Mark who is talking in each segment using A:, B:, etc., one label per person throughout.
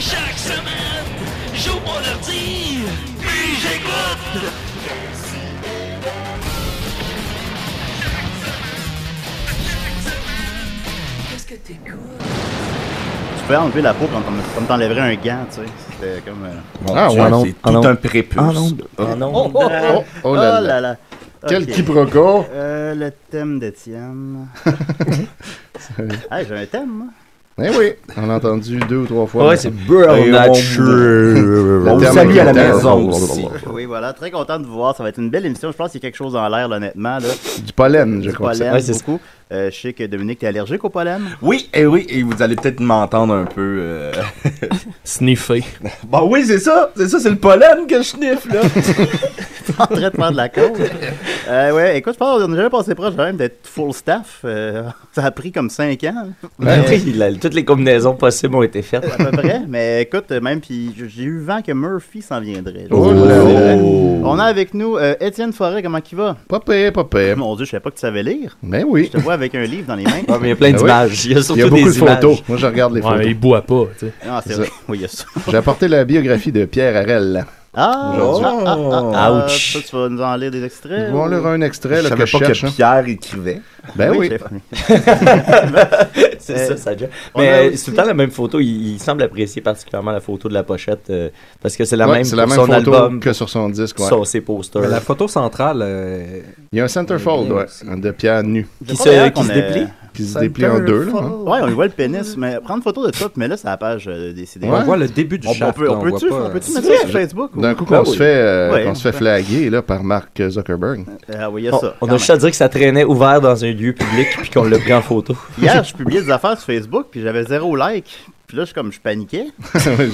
A: Chaque semaine, j'ouvre mon ordi, puis j'écoute.
B: Euh,
C: Tu pouvais enlever la peau comme t'en- comme t'enlèverais un gant, tu sais. C'était comme. euh,
D: Mon
E: Ah,
D: Dieu,
E: ouais, non,
D: c'est
E: ah, non.
D: tout un prépuce.
E: Ah, non.
D: Oh.
C: Oh,
E: oh, oh là là. Quel
C: Ok.
E: quiproquo!
C: Euh, le thème d'Étienne. ah, j'ai un thème, moi.
E: Eh oui, on l'a entendu deux ou trois fois.
D: Ouais, c'est Burnout.
E: Le
D: On vous
E: terme
D: salue à la
E: est-
D: maison aussi.
C: Oui, voilà. Très content de vous voir. Ça va être une belle émission. Je pense qu'il y a quelque chose en l'air, là, honnêtement. Là.
E: Du pollen, je
C: Du
E: crois. que c'est.
C: pollen,
D: ouais, c'est ça.
C: beaucoup. Euh, je sais que Dominique, t'es allergique au pollen.
D: Oui, et oui, et vous allez peut-être m'entendre un peu. euh,
F: Sniffer.
D: Bon, oui, c'est ça, c'est ça, c'est le pollen que je sniffe, là.
C: en train de faire de la cause. Euh, ouais, écoute, je pense qu'on n'a jamais passé proche quand même d'être full staff. Euh, ça a pris comme 5 ans.
D: Ben oui, la- toutes les combinaisons possibles ont été faites.
C: à peu près. Mais écoute, même puis j- j'ai eu vent que Murphy s'en viendrait.
E: Oh là là.
C: On a avec nous euh, Étienne Forêt, comment il va?
E: Pas pire, pas pire.
C: Mon Dieu, je savais pas que tu savais lire.
E: Ben oui.
C: Je te vois avec un livre dans les mains.
D: Ouais, mais il y a plein
E: Ah oui.
D: d'images. Il y a
E: Il
D: surtout
E: y a beaucoup de
D: des images.
E: photos. Moi, je regarde les
F: Ouais, mais
E: photos.
F: il boit pas, tu sais.
C: Ah, c'est
E: C'est
C: vrai. Oui, il y a ça.
E: J'ai apporté la biographie de Pierre Harel.
C: Ah,
E: Oh.
C: ah, ah, ah, ah,
D: Ouch.
C: ça, tu vas nous en lire des extraits?
E: Bon,
C: ou-
E: leur un extrait
D: Je
E: là,
D: savais
E: que
D: pas
E: je cherche.
D: que
E: hein.
D: Pierre écrivait.
E: Ben oui.
C: c'est-
D: c'est
C: Euh,
D: ça, ça déjà.
C: on a
D: Mais
C: aussi-
D: c'est tout le temps la même photo. Il, il semble apprécier particulièrement la photo de la pochette euh, parce que c'est la
E: Ouais,
D: même
E: c'est
D: pour
E: la même
D: son
E: photo
D: album,
E: que sur son disque. ouais.
D: sur ses posters.
G: Mais la photo centrale. euh,
E: Il y a un centerfold
G: Bien
E: ouais,
G: aussi.
E: de Pierre nu
C: Je
D: Qui
C: crois
D: se-
C: d'ailleurs
D: qui
C: qu'on
D: se
C: a-
D: déplie?
E: qui se déplie en deux. Là, hein.
C: Ouais, on y voit le pénis, mais prendre photo de toi, mais là, c'est la page euh, des CD.
E: Ouais.
G: On voit le début du
C: On, on
G: shaft,
C: peut,
G: là,
C: on peut-tu
G: voit pas-
C: on peut-tu mettre ça sur Facebook? ou-
E: D'un coup,
D: Ben
E: qu'on se
D: oui.
E: fait, euh,
C: Ouais.
E: qu'on se fait flaguer là, par Mark Zuckerberg.
C: Ah oui, il y a
D: On,
C: ça.
D: on
C: quand
D: a juste à dire que ça traînait ouvert dans un lieu public puis qu'on l'a pris en photo.
C: même. Hier, je publiais des affaires sur Facebook, puis j'avais zéro like. Puis là, je, suis comme, je paniquais.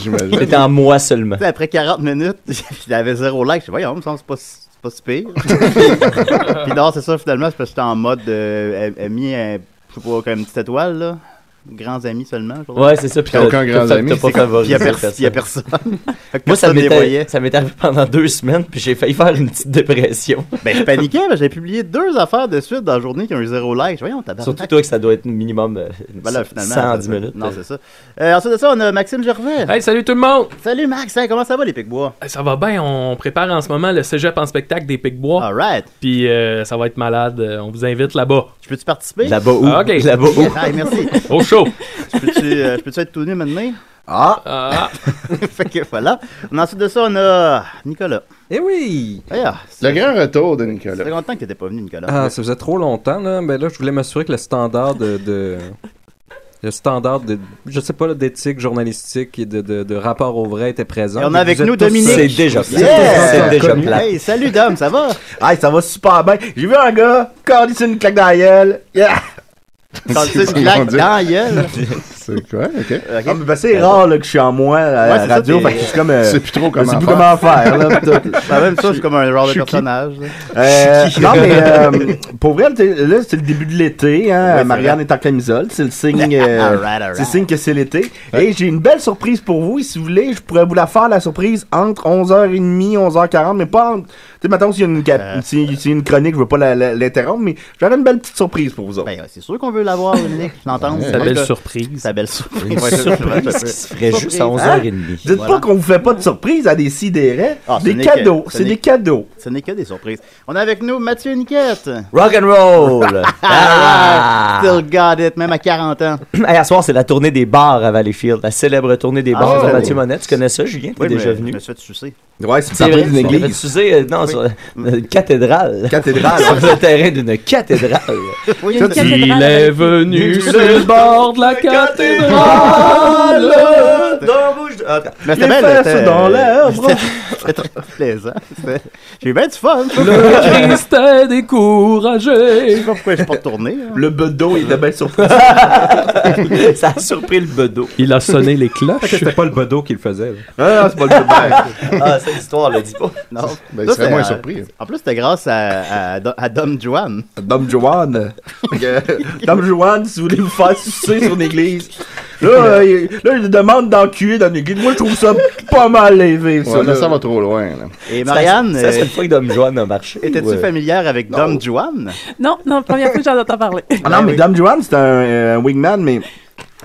E: J'imagine.
D: C'était en moi seulement.
C: Puis Après 40 minutes, j'avais zéro like. Je dis, voyons, me semble que c'est pas, si- c'est pas si pire. puis non, c'est ça, finalement, c'est parce que j'étais en mode euh, a- ami, euh, je sais pas, comme une petite étoile, là. Grands amis seulement. je crois.
D: Ouais, c'est ça. Puis
E: T'as
D: t'as-
E: aucun
D: t'as-
E: grand
D: t'as-
E: ami.
D: t'as pas
E: C'est-
C: Puis il y
D: favorisé
C: a, pers-
D: personne.
C: il y a personne. Fait que
D: Moi, ça
C: personne les
D: m'était
C: voyait.
D: ça m'est arrivé pendant deux semaines, puis j'ai failli faire une petite dépression.
C: Ben, je paniquais, mais j'ai publié deux affaires de suite dans la journée qui ont eu zéro like. Je dis, voyons, t'as
D: Surtout toi que ça doit être minimum euh,
C: Ben là, finalement.
D: 110
C: ça-
D: minutes.
C: Non, c'est ça. Euh, ensuite de ça, on a Maxime Gervais.
F: Hey, salut tout le monde!
C: Salut Max, Hein, comment ça va les Picbois?
F: Eh, Ça va bien, on prépare en ce moment le cégep en spectacle des Pic-Bois.
C: Alright.
F: Puis euh, ça va être malade, euh, on vous invite là-bas.
C: Je peux-tu participer?
D: Là-bas où?
F: Ah, ok. Oh,
D: Là-bas où?
C: Ah, merci.
F: Au show!
C: Je peux-tu euh, je peux-tu être tout nu maintenant?
D: Ah!
F: Ah,
C: fait que voilà. Ensuite de ça, on a Nicolas.
G: Eh oui!
C: Eh, ah,
E: Le
C: ça
E: grand retour de
C: fait
E: Nicolas.
C: longtemps que t'étais pas venu, Nicolas.
G: Ah, ça faisait trop longtemps, là. Mais là, je voulais m'assurer que le standard de. de- Le standard de. Je sais pas, là, d'éthique journalistique et de, de, de rapport au vrai était présent.
C: Et on a
G: Mais
C: avec
G: vous êtes
C: nous
G: tous-
C: Dominique.
D: C'est déjà plat.
C: Yeah!
D: C'est déjà
E: Connu.
D: plat.
C: Hey, salut Dom, ça va?
D: Hey, ça va super bien. J'ai vu un gars, c'est une claque dans la gueule. Yeah!
C: Quand tu hein? te
E: mon
C: claques
E: Dieu.
C: dans la gueule.
E: C'est quoi? OK.
B: Ah, mais ben, c'est rare là, que je suis en moi à la
C: Ouais, c'est ça,
B: radio,
C: t'es-
B: fait que c'est comme. euh,
C: C'est plus trop
B: je sais
C: comment
B: plus
C: faire.
B: comment faire. là, tout.
C: Ben, même ça, c'est comme un genre
B: Je
C: de
B: suis qui?
C: personnage, là.
B: Euh,
C: Je suis qui?
B: non, mais euh, pour vrai, t'sais, là, c'est le début de l'été. Hein,
C: Ouais,
B: Marianne
C: c'est
B: est en camisole. C'est le signe, euh,
C: All right, all right.
B: c'est le signe que c'est l'été. Et j'ai une belle surprise pour vous. Et si vous voulez, je pourrais vous la faire, la surprise, entre 11h30 11h40. Mais pas entre. Tu sais, maintenant, s'il y a une, cap-
C: Euh.
B: s'il- s'il y a une chronique, je veux pas la- la- l'interrompre. Mais j'aurais une belle petite surprise pour vous autres.
C: Ben, C'est sûr qu'on veut l'avoir, Dominique, l'entendre.
B: Sa belle
C: surprise. Sa belle surprise. hein?
B: Une surprise qui se ferait juste à 11h30. Dites pas qu'on vous fait pas de surprise à des sidérés.
C: Ah,
B: Des cadeaux. C'est des cadeaux.
C: Ce n'est que des surprises. On a avec nous Mathieu Niquette.
H: Rock and roll!
C: Ah, Still got it, même à 40 ans.
H: Hey, à soir, c'est la tournée des bars à Valleyfield, la célèbre tournée des
C: Ah,
H: bars
C: oui.
H: de Mathieu Monet. Tu connais ça, Julien? T'es
C: Oui,
H: déjà
C: mais
H: venu?
C: Je me suis fait sucer.
B: Ouais,
H: C'est vrai, tu t'es fait sucer, euh, non, sur euh, une cathédrale.
B: Cathédrale.
H: sur le terrain d'une cathédrale.
C: Oui,
F: une cathédrale. Il est venu sur le bord de la
H: cathédrale.
C: Ah,
H: Dans bouche de- Attends.
C: Mais c'était
H: Les
C: belle,
H: fesses
C: c'était-
H: dans l'herbe.
C: c'était- C'était très plaisant. C'était- J'ai eu bien du fun.
F: Le Christ est découragé.
C: Je sais pas pourquoi je suis pas retourné. hein.
B: Le bedeau, il était bien surpris.
H: Ça a surpris le bedeau.
F: Il a sonné les cloches.
G: C'était pas le Bodo qui le faisait. là.
B: Ah, c'est pas le bedeau.
H: Ah, cette histoire, le dit pas.
C: Non.
E: Ben, il
C: Ça,
E: serait
C: c'est,
E: moins
C: euh,
E: surpris.
C: En plus, c'était grâce à, à, Euh, à Dom Juan.
B: Dom Joanne. Dom Joanne, si vous voulez vous faire sucer sur l'église. Là, euh, il- là, il demande d'enculer dans l'église. Moi, je trouve ça pas mal élevé, ça.
E: Ouais, là,
B: là.
E: ça va trop loin. Là.
C: Et Marianne,
H: Ça, c'est
C: euh,
H: une fois que Dom Joanne a marché.
C: étais-tu
H: Ouais.
C: familière avec Dom Juan?
I: Non, non, première fois que j'en entends parler.
B: Ah non, mais Dom Joanne, c'est un euh, wingman, mais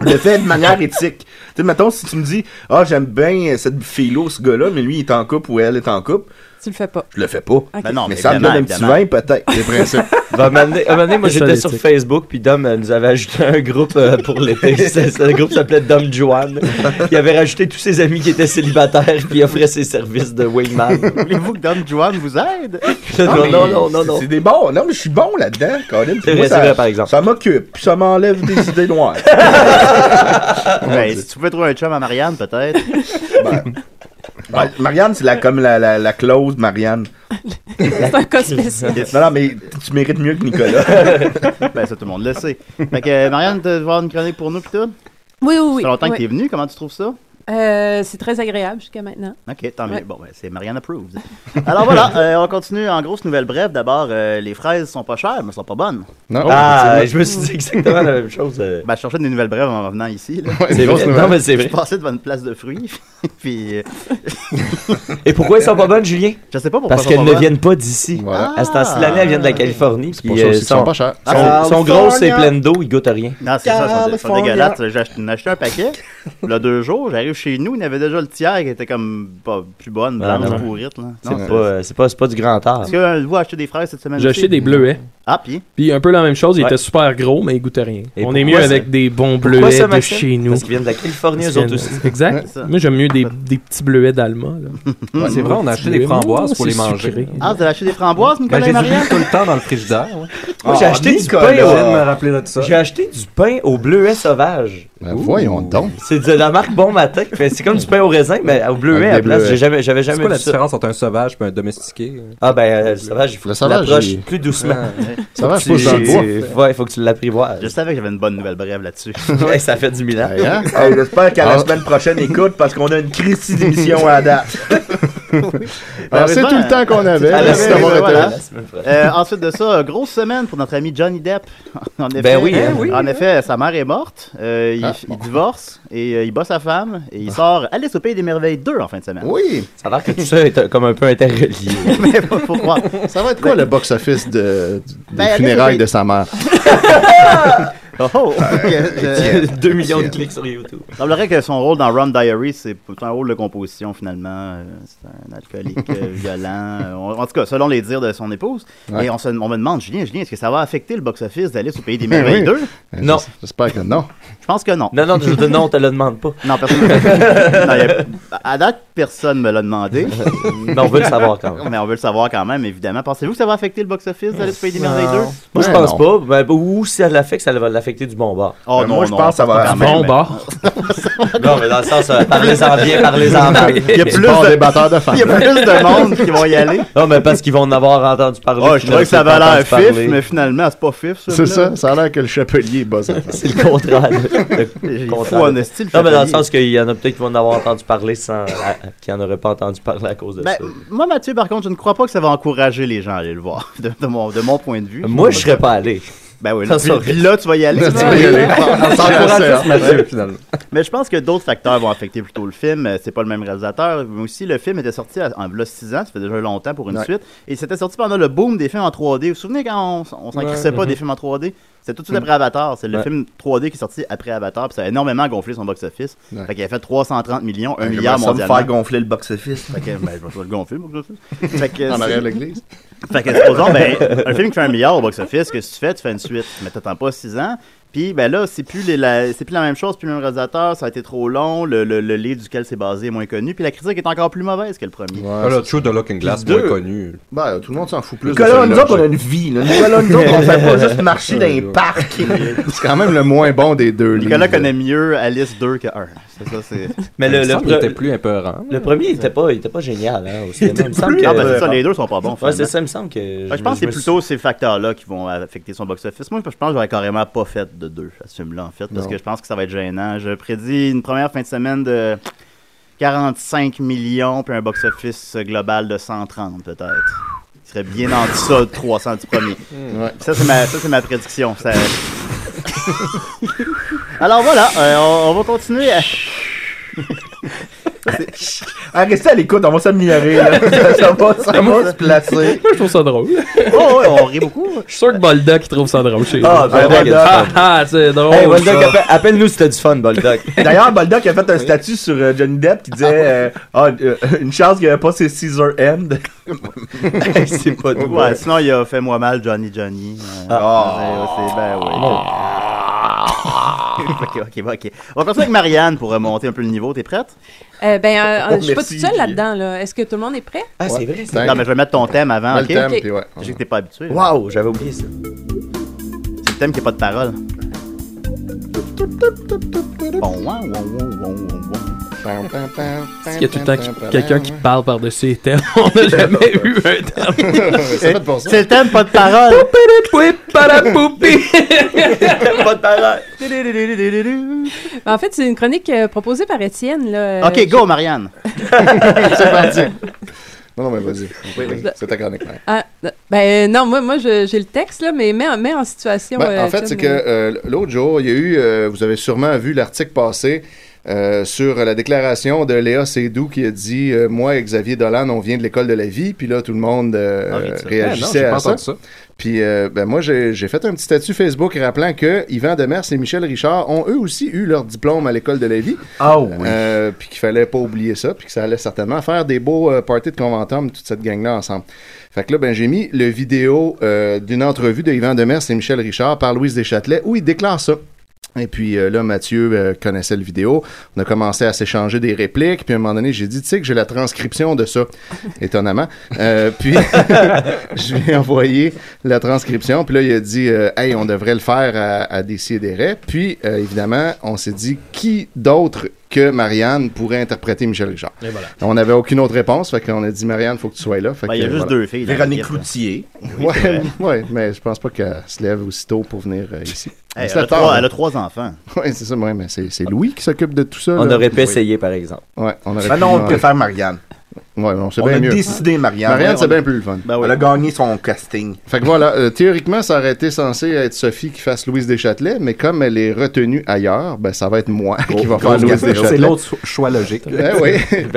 B: il le fait de manière éthique. Tu sais, mettons, si tu me dis, ah, j'aime bien euh, cette fille-là, ce gars-là, mais lui, il est en couple ou elle est en couple,
I: Tu le fais pas.
B: je le fais pas.
C: Ben non,
B: mais ça me donne un petit
C: évidemment.
B: vin, peut-être.
E: Les principes.
H: Ben, à un moment donné-
B: Euh,
H: à un moment donné, moi
F: C'est ça,
H: j'étais
F: les
H: sur
F: tics.
H: Facebook, puis Dom euh, nous avait ajouté un groupe euh, pour l'été. C'est- c'est- Le groupe s'appelait Dom Juan. Il avait rajouté tous ses amis qui étaient célibataires, puis il offrait ses services de wingman.
C: Voulez-vous que Dom Juan vous aide?
H: Non,
B: mais
H: non, non, non,
B: c'est-
H: non.
B: C'est des bons. Non, mais je suis bon là-dedans, Colin.
H: C'est
B: Moi,
H: vrai,
B: ça-
H: c'est vrai, par exemple.
B: Ça m'occupe, puis ça m'enlève des idées noires.
C: Ben, si tu pouvais trouver un chum à Marianne, peut-être.
B: Ouais, Bah, Marianne, c'est la, comme la, la, la clause, Marianne.
I: C'est un cas spécial.
B: Non, non, mais tu mérites mieux que Nicolas.
C: ben, ça, tout le monde le sait. Fait que, euh, Marianne, tu vas voir une chronique pour nous, pis tout.
I: Oui, oui, oui.
C: Ça fait longtemps
I: oui.
C: que t'es venue, comment tu trouves ça?
I: Euh, c'est très agréable jusqu'à maintenant.
C: Ok, tant mieux.
I: Ouais.
C: Bon, ben, c'est Marianne Approves. Alors voilà, euh, on continue en grosse nouvelle brève. D'abord, euh, les fraises sont pas chères, mais sont pas bonnes.
E: Non,
H: Ah, je me suis dit exactement la même chose. euh.
C: Ben, je cherchais des nouvelles brèves en venant ici. Là.
H: C'est vrai. Non, mais c'est
C: Je
H: vrai.
C: passais devant une place de fruits, puis euh,
H: Et pourquoi elles sont pas bonnes, Julien
C: je sais pas pourquoi.
H: Parce
C: elles sont
H: qu'elles
C: pas
H: ne
C: bonnes.
H: viennent pas d'ici.
E: Voilà. Ah.
H: À ce temps-ci de l'année, elles viennent de la Californie.
E: Pour
H: puis,
E: ça
H: euh,
E: aussi, ils sont pas chers.
H: sont- sont grosses et pleines d'eau, ils goûtent à rien.
C: Non, c'est ça, elles sont- elles sont
B: California.
C: dégueulasses. J'ai acheté, j'en ai acheté un paquet. Il y a deux jours, j'arrive chez nous, il y en avait déjà le tiers qui était comme pas plus bonne,
H: Ah,
C: blanche,
H: non.
C: pourrite. là.
H: C'est
C: Non,
H: pas, euh, c'est pas, c'est pas du grand art.
C: Est-ce que vous achetez des fraises cette semaine
F: J'ai
C: aussi?
F: acheté des bleuets.
C: Ah, puis
F: Puis un peu la même chose, il
H: Ouais.
F: était super gros, mais il goûtait rien.
H: Et
F: On
H: pourquoi
F: est mieux
H: ça?
F: avec des bons
H: Pourquoi
F: bleuets
H: ça,
F: de
H: Maxime?
F: chez nous.
H: Parce qu'ils viennent de la Californie, eux autres aussi.
F: Exact.
C: C'est ça.
F: Moi, j'aime mieux des, des petits bleuets d'Alma. là.
G: Ouais, c'est vrai, on a acheté des
F: Bleuets,
G: framboises
F: mm,
G: pour les
F: c'est
G: manger.
F: sucré.
E: Euh,
C: Ah, vous avez acheté des framboises,
G: Ben,
C: Nicolas
G: je
C: et
G: les
C: Marianne?
G: oublie tout le temps dans le frigidaire. ouais.
H: Moi, j'ai
B: Ah,
H: aché du
B: Nicolas.
H: pain
G: Je
H: au-
G: viens de me rappeler de ça.
H: J'ai acheté du pain au bleuet sauvage.
E: Ben, voyons donc.
H: C'est de la marque Bon Matin. Fait, C'est comme du pain au raisin, mais au
B: Ah,
H: bleuet
E: Avec
H: à
E: des
H: place.
E: bleuets.
H: J'ai jamais, j'avais
G: C'est
H: jamais
G: quoi
H: vu
G: la
H: ça.
G: différence entre un sauvage et un domestiqué? Ah,
H: Ah ben, euh, le sauvage, il faut
E: Le
H: que tu
E: sauvage,
H: l'approches
E: il-
H: plus doucement.
E: Ça va, je
H: Tu-
E: pousse dans le bois.
H: Ouais, il faut que tu l'apprivoises.
C: Je savais que j'avais une bonne nouvelle brève là-dessus.
H: Ouais, ça fait du milan.
E: Hey, hein?
B: Hey, J'espère qu'à la
E: Ah.
B: semaine prochaine, écoute, parce qu'on a une crise d'émission à date.
E: Alors, Ah, c'est tout le temps qu'on avait.
H: À la
E: Merci
H: semaine
E: d'avoir été
H: prochaine.
E: là.
H: À la semaine prochaine.
C: Euh, ensuite de ça, euh, grosse semaine pour notre ami Johnny Depp. En effet,
H: Ben oui, hein,
C: en effet, sa mère est morte, euh, il,
E: Eh Ah,
C: il divorce et euh, il bat sa femme et il sort Alice au pays des merveilles 2 en fin de semaine.
E: Oui,
H: Ça a l'air que tout ça est euh, comme un peu interrelié.
C: Mais faut, faut croire.
E: ça va être quoi le box-office de, des
C: Ben,
E: funérailles
C: allez,
E: de sa mère?
C: Oh, oh, je- je-
H: 2 millions de clics sur YouTube.
C: il semblerait que son rôle dans Rum Diary, c'est plutôt un rôle de composition finalement. Euh, C'est un alcoolique euh, violent. Euh, on- En tout cas, selon les dires de son épouse.
E: Ouais.
C: Et on, se, on me demande, Julien, Julien, est-ce que ça va affecter le box-office d'Alice au pays des merveilles
E: oui.
C: 2
E: Ben,
H: Non.
E: j'es- J'espère que non.
C: Je pense que non.
H: Non, non, je te, non, on te le demande pas.
C: Non, personne. non, y a- À date, personne me l'a demandé.
H: Mais on veut le savoir quand même.
C: Mais on veut le savoir quand même, évidemment. Pensez-vous que ça va affecter le box-office d'Alice au Pays des Merveilles
H: Moi, je
E: Ouais,
H: pense
E: non.
H: pas. Ben, ou si elle l'affecte, ça va l'affecter
D: affecter du bon bord.
B: Ah, non, Moi, je non, pense que ça va- quand même. Bon bord.
D: non, mais dans le sens, euh, parlez-en bien, parlez-en mal.
B: Il y a plus Bon de- débatteur de femmes. il y a plus de monde qui vont y aller.
D: Non, mais parce qu'ils vont en avoir entendu parler.
B: Ah,
D: puis
B: je
D: qu'ils
B: trouvais
D: n'ont
B: que ça avait
D: pas
B: l'air
D: entendu
B: fif,
D: parler.
B: mais finalement, c'est pas fif.
E: C'est ça, ça a l'air que le chapelier est bas.
D: C'est le contraire. Le contraire.
E: en esti, le
D: Non, mais dans le
E: chapelier.
D: sens qu'il y en a peut-être qui vont en avoir entendu parler sans. à- qui en auraient pas entendu parler à cause de
C: Ben,
D: ça.
C: moi, Mathieu, par contre, je ne crois pas que ça va encourager les gens à aller le voir, de, de mon, de mon point de vue.
D: Moi, je serais pas allé.
C: Ben oui,
D: Ça
C: là, puis,
D: serait-
C: puis là, tu vas y aller.
D: Là, tu vas y aller.
C: Ah,
D: Ça
C: c'est
D: encourage
C: ça.
D: juste Mathieu,
C: Ouais.
D: finalement.
C: Mais je pense que d'autres facteurs vont affecter plutôt le film. Euh, C'est pas le même réalisateur. Mais aussi, le film était sorti à- en 6 ans, ça fait déjà longtemps pour une
B: Ouais.
C: suite. Et c'était sorti pendant le boom des films en 3D. Vous vous souvenez quand on, s- on s'en
B: Ouais.
C: crissait pas
B: Mhm.
C: des films en 3D? C'était tout de suite
D: Mm.
B: Mhm.
C: après Avatar. C'est le
B: Ouais.
C: film 3D qui est sorti après Avatar. Puis ça a énormément gonflé son box-office.
B: Ouais.
C: Fait qu'il a fait 330 millions, 1
B: Ouais,
C: milliard
B: j'aimerais ça me
C: mondialement.
B: faire gonfler le box-office.
C: Fait que, ben, je vais- je vais le gonfler, le box-office. Fait que,
E: En
C: c'est-
E: arrière de l'église.
C: fait que supposons, ben, un film qui fait un milliard au box-office, que si tu fais, tu fais une suite. Mais t'attends pas 6 ans. Puis ben là, c'est plus, les- la, c'est plus la même chose, plus le même réalisateur, ça a été trop long, le, le, le livre duquel c'est basé est moins connu, puis la critique est encore plus mauvaise que le premier.
G: Ah, là, True de Looking Glass,
C: Puis
G: moins
C: deux.
G: connu.
E: Ben, tout le monde s'en fout plus. de
C: Nicolas,
E: celui-là,
C: nous autres,
E: je-
C: on a une vie, là. Nicolas, nous autres, on fait pas juste marcher dans les
B: parcs.
E: C'est quand même le moins bon des deux.
C: Nicolas
E: livres.
C: connaît mieux Alice 2 que 1. C'est ça, c'est...
D: Mais le, le pre-
G: plus épeurant.
D: Le premier, il était pas, il était pas génial. Hein, au cinéma. Il me semble
C: plus-
D: que-
C: Ah, ben, c'est ça, les deux sont pas bons,
D: Ouais,
C: finalement.
D: c'est ça, il me semble que.
C: Ouais, je pense que c'est
D: me-
C: plutôt ces facteurs-là qui vont affecter son box-office. Moi, je pense que j'aurais carrément pas fait de deux à ce film-là, en fait, parce
D: Non.
C: que je pense que ça va être gênant. Je prédis une première fin de semaine de 45 millions, puis un box-office global de 130, peut-être. Il serait bien en dessous de 300 du premier.
E: Ouais.
C: Ça, c'est ma, ça, c'est ma prédiction. Ça- Alors voilà, euh, on, on va continuer à...
B: Ah, restez à l'écoute, on va s'améliorer. là. Ça, ça va, ça
F: Moi,
B: va se placer.
F: Moi, je trouve ça drôle.
C: Oh, ouais, on rit beaucoup.
F: Je suis sûr que Boldoc, il trouve ça drôle chez
D: Ah,
F: lui.
D: ben, Boldoc.
F: Ah, ah, c'est drôle.
D: Hey, Boldoc,
F: ça.
D: appelle- Ben, appelle-nous si t'as du fun, Boldoc.
B: D'ailleurs, Boldock a fait un statut sur euh, Johnny Depp qui disait euh, Ah, euh, une chance qu'il n'y avait pas ses Caesar End. Hey, c'est pas drôle.
C: Ouais, sinon, il a fait moi mal Johnny Johnny. Euh, ouais, ouais, c'est ben ouais. ok, ok, bon, ok. On va continuer avec Marianne pour remonter un peu le niveau. T'es prête?
I: Euh, ben, euh,
C: Oh,
I: je suis pas
C: merci,
I: toute seule là-dedans. Là. Est-ce que tout le monde est prêt?
D: Ah,
E: Ah,
C: Ouais. Non, mais je vais mettre ton thème avant.
I: Mets
C: ok?
I: le thème, Ok. puis ouais.
C: Je sais que t'es pas habitué.
D: Waouh, j'avais oublié ça.
C: C'est le thème qui a pas de parole. Bon, ouin, ouin, ouin, ouin, ouin, ouin.
F: Est-ce qu'il y a tout le temps qui- quelqu'un qui parle par-dessus les thèmes? On n'a jamais eu un thème.
C: C'est le thème, pas de parole.
D: pas de parole.
I: En fait, c'est une chronique euh, proposée par Étienne. Là. Euh,
C: Ok, go, Marianne.
E: C'est parti. Non, non, mais vas-y. C'est ta chronique, Mike.
I: Ah, euh, ben, euh, non, moi, moi je- j'ai le texte, là, mais mets, en- mets en situation.
E: Ben,
I: euh,
E: en fait,
I: Étienne.
E: c'est que euh, l'autre jour, il y a eu, euh, vous avez sûrement vu l'article passé euh, sur la déclaration de Léa Seydoux qui a dit euh, Moi et Xavier Dolan, on vient de l'école de la vie. Puis là, tout le monde euh,
G: Ah, j'ai dit ça.
E: réagissait
G: Ouais, non, j'ai
E: à
G: pas
E: ça.
G: entendu ça.
E: Puis euh, ben, moi, j'ai j'ai fait un petit statut Facebook rappelant que Yvan Demers et Michel Richard ont eux aussi eu leur diplôme à l'école de la vie.
B: Ah oui.
E: Euh, puis qu'il fallait pas oublier ça, puis que ça allait certainement faire des beaux euh, parties de conventum, toute cette gang-là ensemble. Fait que là, ben, j'ai mis le vidéo euh, d'une entrevue de Yvan Demers et Michel Richard par Louise Deschâtelet où il déclare ça. Et puis euh, là, Mathieu euh, connaissait le vidéo. On a commencé à s'échanger des répliques. Puis à un moment donné, j'ai dit, tu sais que j'ai la transcription de ça, étonnamment. Euh, puis je lui ai envoyé la transcription. Puis là, il a dit, euh, hey, on devrait le faire à, à Décideret. Puis euh, évidemment, on s'est dit, qui d'autre que Marianne pourrait interpréter Michel Richard?
B: Et voilà.
E: On n'avait aucune autre réponse. Fait qu'on a dit, Marianne, faut que tu sois là. Fait
C: Ben, il y a
E: que,
C: juste
E: voilà.
C: deux filles. dans
B: Véronique
C: l'équipe, là.
B: Cloutier.
E: Ouais,
C: c'est vrai.
E: ouais, mais je pense pas qu'elle se lève aussitôt pour venir euh, ici.
C: Hey,
E: C'est
C: elle, a
E: tard,
C: trois,
E: hein.
C: elle a trois enfants.
E: Ouais, c'est ça, ouais, mais c'est c'est Louis qui s'occupe de tout ça.
D: On
E: là.
D: aurait pu essayer, par exemple.
E: Ouais, on aurait
B: Ben
E: pu-
B: non, on
E: ouais.
B: préfère Marianne.
E: Ouais, non, c'est
B: On
E: bien
B: a
E: mieux.
B: décidé Marianne.
E: Marianne,
B: Ouais,
E: c'est
B: on-
E: bien plus le
C: Ben
E: fun.
B: Elle a gagné son casting.
E: Fait que voilà, euh, théoriquement, ça aurait été censé être Sophie qui fasse Louise Deschâtelet, mais comme elle est retenue ailleurs, ben ça va être moi qui va faire
G: grosse
E: Louise
G: gaffe.
E: Deschâtelet.
G: C'est l'autre so- choix logique.
E: Ben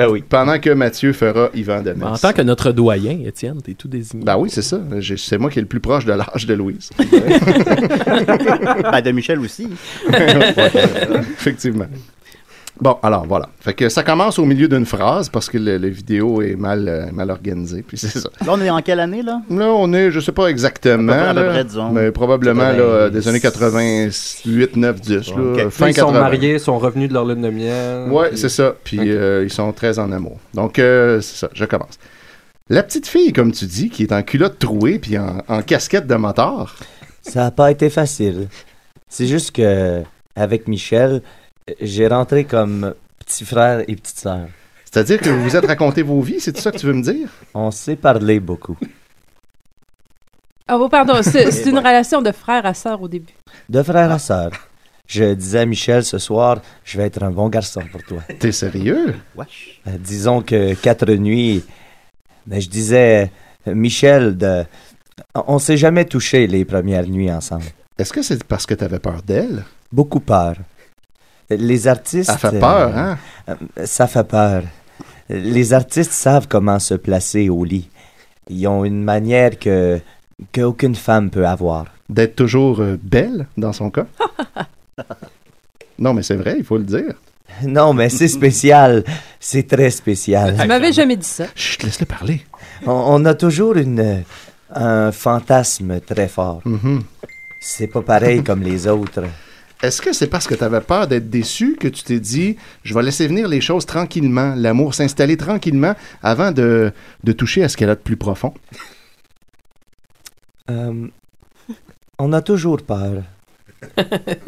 E: oui. Pendant que Mathieu fera Yvan Demers.
F: Ben, En tant que notre doyen, Étienne, t'es tout désigné.
E: Ben oui, c'est ça. J'ai- C'est moi qui est le plus proche de l'âge de Louise.
C: ben, de Michel aussi.
E: Effectivement. Bon, alors voilà. Fait que ça commence au milieu d'une phrase parce que le, le vidéo est mal, euh, mal organisé, puis c'est ça.
C: Là, on est en quelle année, là?
E: Là, on est, je sais pas exactement,
C: À peu près, à peu
E: là,
C: près, disons.
E: mais probablement là, euh, des années 88, 9, 10, là,
G: Ok.
E: fin
G: ils sont
E: 80.
G: mariés, sont revenus de leur lune de miel.
E: Ouais,
G: puis-
E: c'est ça. Puis euh, ils sont très en amour. Donc, euh, c'est ça, je commence. La petite fille, comme tu dis, qui est en culotte trouée puis en, en casquette de motard.
D: Ça n'a pas été facile.
H: C'est juste que avec Michel, j'ai rentré comme petit frère et petite sœur.
E: C'est-à-dire que vous vous êtes raconté vos vies, c'est ça que tu veux me dire?
H: On s'est parlé beaucoup.
I: Ah, oh, pardon, c'est c'est
H: Et
I: une relation de frère à sœur au début.
H: De frère à sœur. Je disais à Michel ce soir, je vais être un bon garçon pour toi. Euh,
E: T'es sérieux?
H: disons que quatre nuits, ben, je disais, euh, Michel, de... on s'est jamais touché les premières nuits ensemble.
E: Est-ce que c'est parce que t'avais peur d'elle?
H: Beaucoup peur. Les artistes...
E: Ça fait peur, hein?
H: euh, Ça fait peur. Les artistes savent comment se placer au lit. Ils ont une manière que qu'aucune femme peut avoir.
E: D'être toujours euh, belle, dans son cas? non, mais c'est vrai, il faut le dire.
H: Non, mais c'est spécial. C'est très spécial.
I: Tu m'avais jamais dit ça.
E: Chut, laisse-le parler.
H: On, on a toujours une, un fantasme très fort.
E: Mm-hmm.
H: C'est pas pareil comme les autres.
E: Est-ce que c'est parce que t'avais peur d'être déçu que tu t'es dit, je vais laisser venir les choses tranquillement, l'amour s'installer tranquillement avant de, de toucher à ce qu'elle a de plus profond?
H: Euh, on a toujours peur.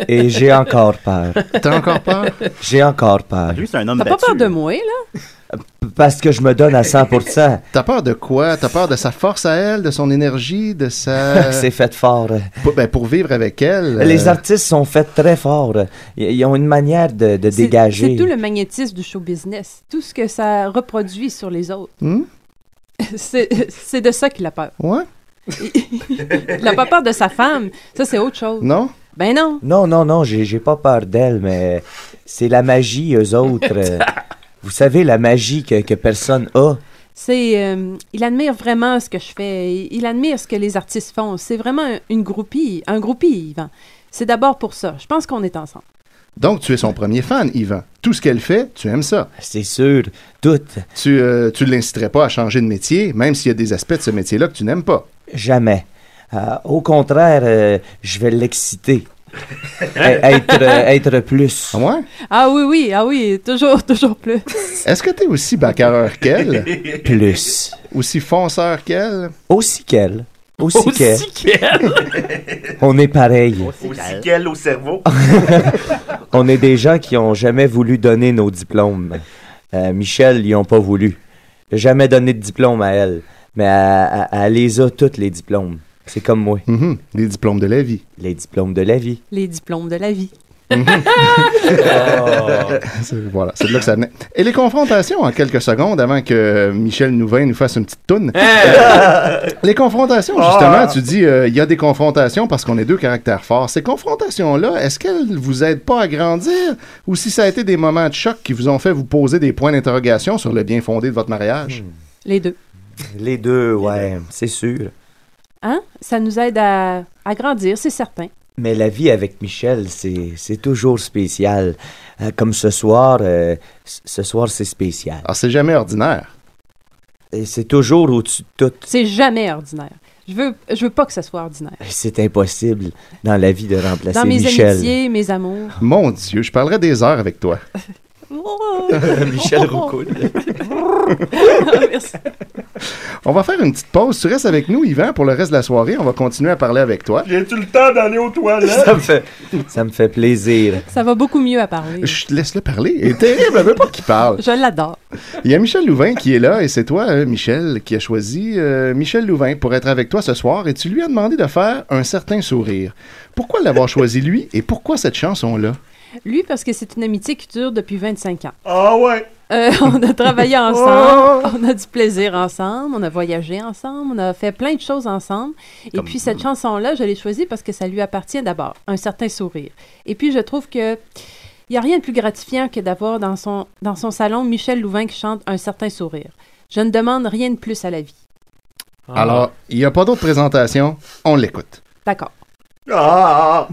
H: Et j'ai encore peur.
E: T'as encore peur?
H: J'ai encore peur.
C: Ah, Lui, c'est un homme
I: T'as pas
C: battu.
I: peur de moi, là?
H: Parce que je me donne à 100%.
E: T'as peur de quoi? T'as peur de sa force à elle, de son énergie, de sa...
H: C'est fait fort.
E: Pour, ben, pour vivre avec elle.
H: Les
E: euh,
H: artistes sont faits très fort. Ils ils ont une manière de, de dégager.
I: C'est tout le magnétisme du show business. Tout ce que ça reproduit sur les autres.
E: Hmm?
I: C'est c'est de ça qu'il a peur.
E: Ouais?
I: Il a pas peur de sa femme. Ça, c'est autre chose.
E: Non?
I: Ben non.
H: Non, non, non, j'ai j'ai pas peur d'elle, mais c'est la magie, eux autres. Euh, Vous savez, la magie que, que personne a.
I: C'est, euh, il admire vraiment ce que je fais. Il, il admire ce que les artistes font. C'est vraiment un- une groupie, un groupie, Yvan. C'est d'abord pour ça. Je pense qu'on est ensemble.
E: Donc, tu es son premier fan, Yvan. Tout ce qu'elle fait, tu aimes ça.
H: C'est sûr, tout.
E: Tu euh, tu l'inciterais pas à changer de métier, même s'il y a des aspects de ce métier-là que tu n'aimes pas.
H: Jamais. Euh, au contraire, euh, je vais l'exciter. Ê- être, euh, être plus.
E: Ouais?
I: Ah oui, oui, ah oui, toujours, toujours plus.
E: Est-ce que tu es aussi bagarreur qu'elle?
H: Plus.
E: Aussi fonceur qu'elle?
H: Aussi qu'elle. Aussi,
E: Aussi
H: qu'elle. On est pareil.
B: Aussi qu'elle au cerveau.
H: On est des gens qui ont jamais voulu donner nos diplômes. Euh, Michel, ils ont pas voulu. Jamais donné de diplôme à elle. Mais à- à- elle les a toutes les diplômes. C'est comme moi.
E: Mhm. Les diplômes de la vie.
H: Les diplômes de la vie.
I: Les diplômes de la vie.
E: C'est- voilà, c'est de là que ça venait. Et les confrontations, en quelques secondes, avant que euh, Michel Nouvain nous fasse une petite toune. Euh, les confrontations, justement,
B: Ah.
E: tu dis, euh, il y a des confrontations parce qu'on est deux caractères forts. Ces confrontations-là, est-ce qu'elles vous aident pas à grandir ou si ça a été des moments de choc qui vous ont fait vous poser des points d'interrogation sur le bien fondé de votre mariage?
I: Les deux.
H: Hmm. Les deux, ouais, c'est sûr.
I: Hein? Ça nous aide à, à grandir, c'est certain.
H: Mais la vie avec Michel, c'est c'est toujours spécial. Euh, Comme ce soir, euh, c- ce soir, c'est spécial.
E: Alors, Ah, c'est jamais ordinaire.
H: C'est toujours au-dessus de tout.
I: C'est jamais ordinaire. Je veux, je veux pas que ça soit ordinaire.
H: C'est impossible dans la vie de remplacer
I: Dans mes
H: Michel.
I: amitiés, mes amours.
E: Mon Dieu, je parlerais des heures avec toi.
H: Michel Roucoul.
E: On va faire une petite pause. Tu restes avec nous, Yvan, pour le reste de la soirée. On va continuer à parler avec toi.
B: J'ai-tu le temps d'aller aux toilettes?
H: Ça me fait, ça me fait plaisir.
I: Ça va beaucoup mieux à parler.
E: Je te laisse le parler. Il est terrible, elle veut pas qu'il parle.
I: Je l'adore.
E: Il y a Michel Louvain qui est là et c'est toi, euh, Michel, qui a choisi euh, Michel Louvain pour être avec toi ce soir et tu lui as demandé de faire un certain sourire. Pourquoi l'avoir choisi lui et pourquoi cette chanson-là?
I: Lui, parce que c'est une amitié qui dure depuis 25 ans.
B: Ah ouais!
I: Euh, on a travaillé ensemble, on a du plaisir ensemble, on a voyagé ensemble, on a fait plein de choses ensemble. Et puis cette chanson-là, je l'ai choisie parce que ça lui appartient d'abord, un certain sourire. Et puis je trouve que il n'y a rien de plus gratifiant que d'avoir dans son, dans son salon Michel Louvain qui chante un certain sourire. Je ne demande rien de plus à la vie.
E: Alors, il n'y a pas d'autre présentation, on l'écoute.
I: D'accord.
B: Ah!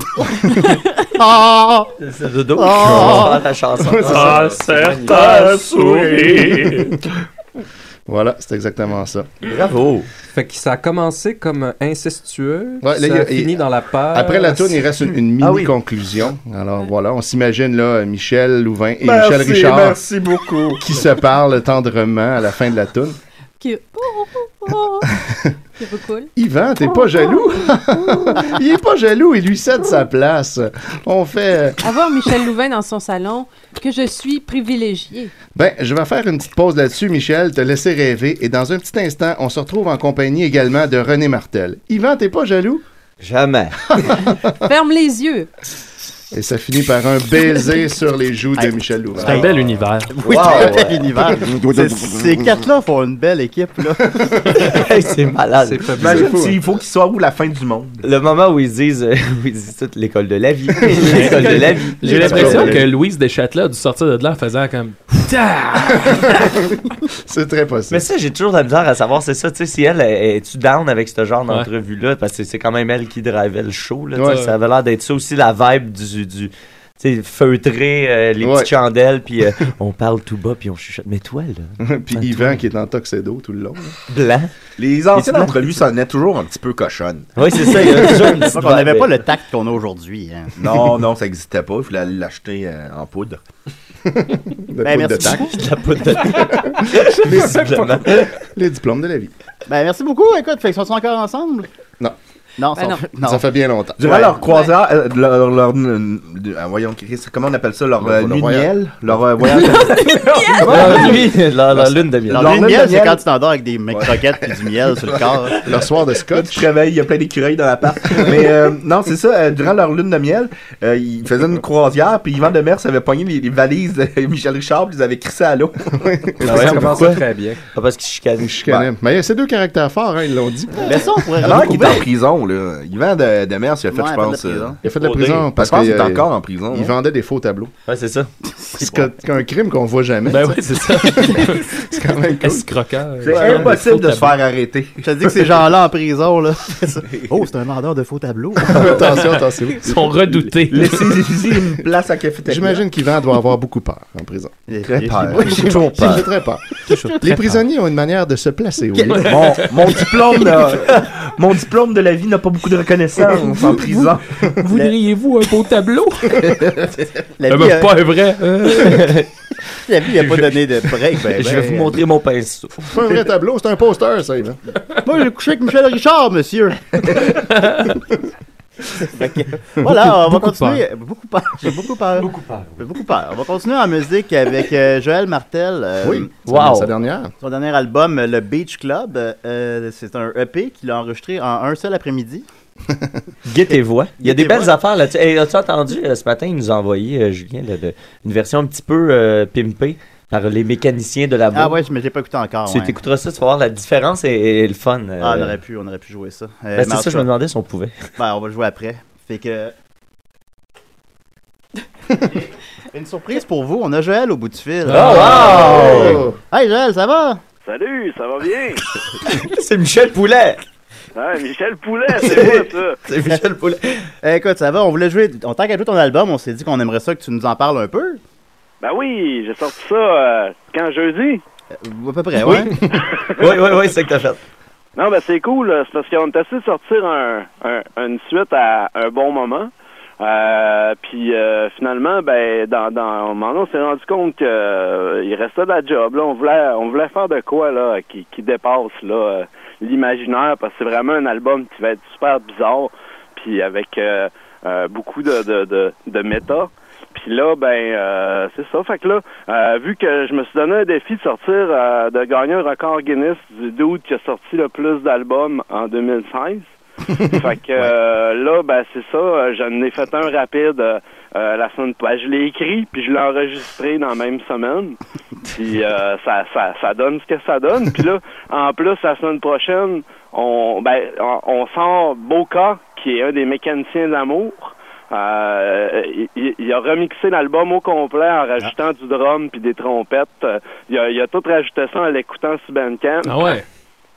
B: ah!
D: C'est de dos.
B: Ah!
D: la chanson.
B: Ah, certain sourire.
E: Voilà, c'est exactement ça.
D: Bravo.
G: Fait que ça a commencé comme incestueux, puis
E: Ouais, là,
G: ça
E: il y
G: a,
E: a- il-
G: fini dans la peur.
E: Après la tourne, il reste une,
G: Ah oui.
E: mini-conclusion. Alors voilà, on s'imagine là Michel Louvain et
B: Merci,
E: Michel Richard
B: merci beaucoup.
E: qui se parlent tendrement à la fin de la tourne.
I: Qui- C'est pas cool.
E: Yvan, t'es pas jaloux? il est pas jaloux, il lui cède sa place. On fait... euh,
I: Avoir Michel Louvain dans son salon, que je suis privilégiée.
E: Ben, je vais faire une petite pause là-dessus, Michel, te laisser rêver. Et dans un petit instant, on se retrouve en compagnie également de René Martel. Yvan, t'es pas jaloux?
H: Jamais.
I: Ferme les yeux.
E: Et ça finit par un baiser sur les joues de Michel Louvain.
F: C'est un bel univers.
C: Oui, c'est un bel univers. C'est- Ces quatre-là font une belle équipe, là.
H: c'est malade.
C: C'est fabuleux.
H: Imagine
C: C'est fou,
H: s'il
C: hein.
H: faut qu'il soit où la fin du monde. Le moment où ils disent, euh, où ils disent toute l'école de la vie. l'école de la vie.
F: J'ai l'impression que Louise Deschâtelas a dû sortir de là en faisant comme.
E: c'est très possible.
H: Mais ça, j'ai toujours de la misère à savoir, c'est ça, tu sais, si elle, est-tu down avec ce genre d'entrevue-là? Parce que c'est quand même elle qui drivait le show, là, tu sais,
D: Ouais.
H: ça avait l'air d'être ça aussi, la vibe du... du tu sais, feutré, euh, les
E: Ouais.
H: petites chandelles, puis euh, on parle tout bas, puis on chuchote. Mais toi, là.
E: Puis Yvan qui est en tuxedo tout le long.
H: Blanc.
B: Les anciennes entrevues sonnaient toujours un petit peu cochonne.
H: Oui, c'est ça, il y a toujours une petite
B: On
H: On vibe.
B: n'avait
H: avait
B: pas
H: pas
B: le
H: le
B: tact qu'on a aujourd'hui.
C: hein.
B: Non, non, ça n'existait pas. Il fallait l'acheter euh, en poudre.
C: Ben, merci beaucoup.
H: La poudre de
E: Les diplômes. Les diplômes de la vie.
C: Ben, merci beaucoup. Écoute, fait qu'ils sont encore ensemble?
E: Non.
C: Non,
B: Ben
C: ça-
B: non.
C: non.
E: Ça fait bien longtemps.
B: Durant leur croisière, euh, leur, leur- euh, voyons, Chris, comment on appelle ça, leur euh, nuit de
C: voyage.
B: miel, leur euh, voyage.
H: Leur nuit, leur- leur lune de miel.
C: Leur lune de miel, c'est quand tu t'endors avec des mecs croquettes et du miel sur le corps.
E: Leur soir de scotch.
B: Tu te réveilles, il y a plein d'écureuils dans l'appart. Mais euh, non, c'est ça, euh, durant leur lune de miel, euh, ils faisaient une croisière, puis Yvan Demers avait pogné les, les valises de Michel Richard, puis ils avaient crissé à l'eau.
H: Ah ouais,
B: Ça commence
H: pourquoi?
B: très bien.
H: Ah, parce qu'ils chicanent.
E: Chicanait.
H: Ben,
E: Mais c'est deux caractères forts, hein, ils l'ont dit.
C: Mais ça, on pourrait
B: Alors qu'il est en
E: recouvrir.
B: prison, là. Yvan de, Demers, il a fait,
E: Ouais,
B: je
E: il a fait de la prison.
B: pense. euh,
E: Il a fait de la
B: OD.
E: prison parce
B: je pense qu'il
E: que,
B: est
E: euh,
B: encore en prison.
E: il
B: hein.
E: vendait des faux tableaux.
H: Ouais, c'est ça.
E: C'est que- un crime qu'on voit jamais.
B: Ben
E: tu sais. c'est quand même cool.
B: C'est
E: Ouais.
B: impossible de se faire arrêter.
C: Je te dis que ces gens-là en prison, là. oh, c'est un vendeur de faux tableaux.
E: attention, attention.
F: redoutés.
B: Laissez-y une place à cafétéria.
E: J'imagine qu'Yvan doit avoir beaucoup peur en prison.
B: Très peur.
E: Oui, j'ai
B: Toujours
E: beaucoup peur.
B: peur.
E: J'ai très peur.
B: Toujours très
E: Les
B: peur.
E: prisonniers ont une manière de se placer. oui.
B: Mon, mon diplôme, là, mon diplôme de la vie n'a pas beaucoup de reconnaissance en prison.
F: Voudriez-vous un beau tableau?
C: La
F: Euh,
C: vie,
F: ben,
C: euh,
F: pas vrai. Euh.
C: La vie, il a pas donné de break. ben,
H: Je vais
C: ben.
H: vous montrer mon pinceau.
E: C'est pas un vrai tableau, c'est un poster, ça, Yvan.
C: Moi, j'ai couché avec Michel Richard, monsieur. Fait que, voilà, on va
E: Beaucoup de
C: continuer.
E: peur.
C: Beaucoup peur. J'ai beaucoup peur. Beaucoup peur. Beaucoup peur. On va continuer en musique avec euh, Joël Martel. euh,
E: Oui,
C: son-
E: Wow. sa dernière.
C: Son dernier album, euh, Le Beach Club. euh, euh, c'est un EP qu'il a enregistré en un seul après-midi.
H: Guet tes voix. Il y a
C: Guet
H: des
C: tes
H: belles
C: voix.
H: affaires là-dessus. Hey, as-tu entendu euh, ce matin, il nous a envoyé, euh, Julien, là, de- une version un petit peu euh, pimpée par les mécaniciens de la boue.
C: Ah ouais, mais j'ai pas écouté encore.
H: Tu
C: ouais.
H: t'écouteras ça, tu vas voir la différence et, et le fun. euh.
C: Ah, on aurait pu, on aurait pu jouer ça. Euh,
H: Ben,
C: mais
H: c'est
C: en
H: ça,
C: tout
H: je me
C: cas,
H: demandais si on pouvait.
C: Ben, on va le jouer après. Fait que. Une surprise pour vous, on a Joël au bout du fil.
A: Oh, wow!
C: Hey Joël, ça va?
A: Salut, ça va bien?
H: c'est Michel Poulet!
A: Ah, Michel Poulet, c'est moi ça!
H: C'est Michel Poulet.
C: Eh, Écoute, ça va, on voulait jouer. En tant qu'à jouer ton album, on s'est dit qu'on aimerait ça que tu nous en parles un peu.
A: Ben oui, j'ai sorti ça euh, quand jeudi.
C: Euh, À peu près, ouais.
H: oui, oui, oui, c'est que t'as fait.
A: Non, ben c'est cool, euh, c'est parce qu'on est essayé de sortir un, un- une suite à un bon moment. Euh, puis euh, finalement, ben, dans, dans, au moment donné, on s'est rendu compte qu'il restait de la job. Là, on voulait, on voulait faire de quoi là, qui, qui dépasse là euh, l'imaginaire, parce que c'est vraiment un album qui va être super bizarre, puis avec euh, euh, beaucoup de, de, de, de méta. Puis là, ben, euh, c'est ça. Fait que là, euh, vu que je me suis donné un défi de sortir, euh, de gagner un record Guinness du dude qui a sorti le plus d'albums en 2016. fait que euh, là, ben, c'est ça. euh, J'en ai fait un rapide euh, euh, la semaine ben, Je l'ai écrit, puis je l'ai enregistré dans la même semaine. Puis euh, ça, ça, ça donne ce que ça donne. Puis là, en plus, la semaine prochaine, on, ben, on, on sort Boca, qui est un des mécaniciens d'amour. Euh, il- il, il a remixé l'album au complet en rajoutant du drum puis des trompettes. Euh, Il a, il a tout rajouté ça en l'écoutant sur Bandcamp.
F: Ah ouais.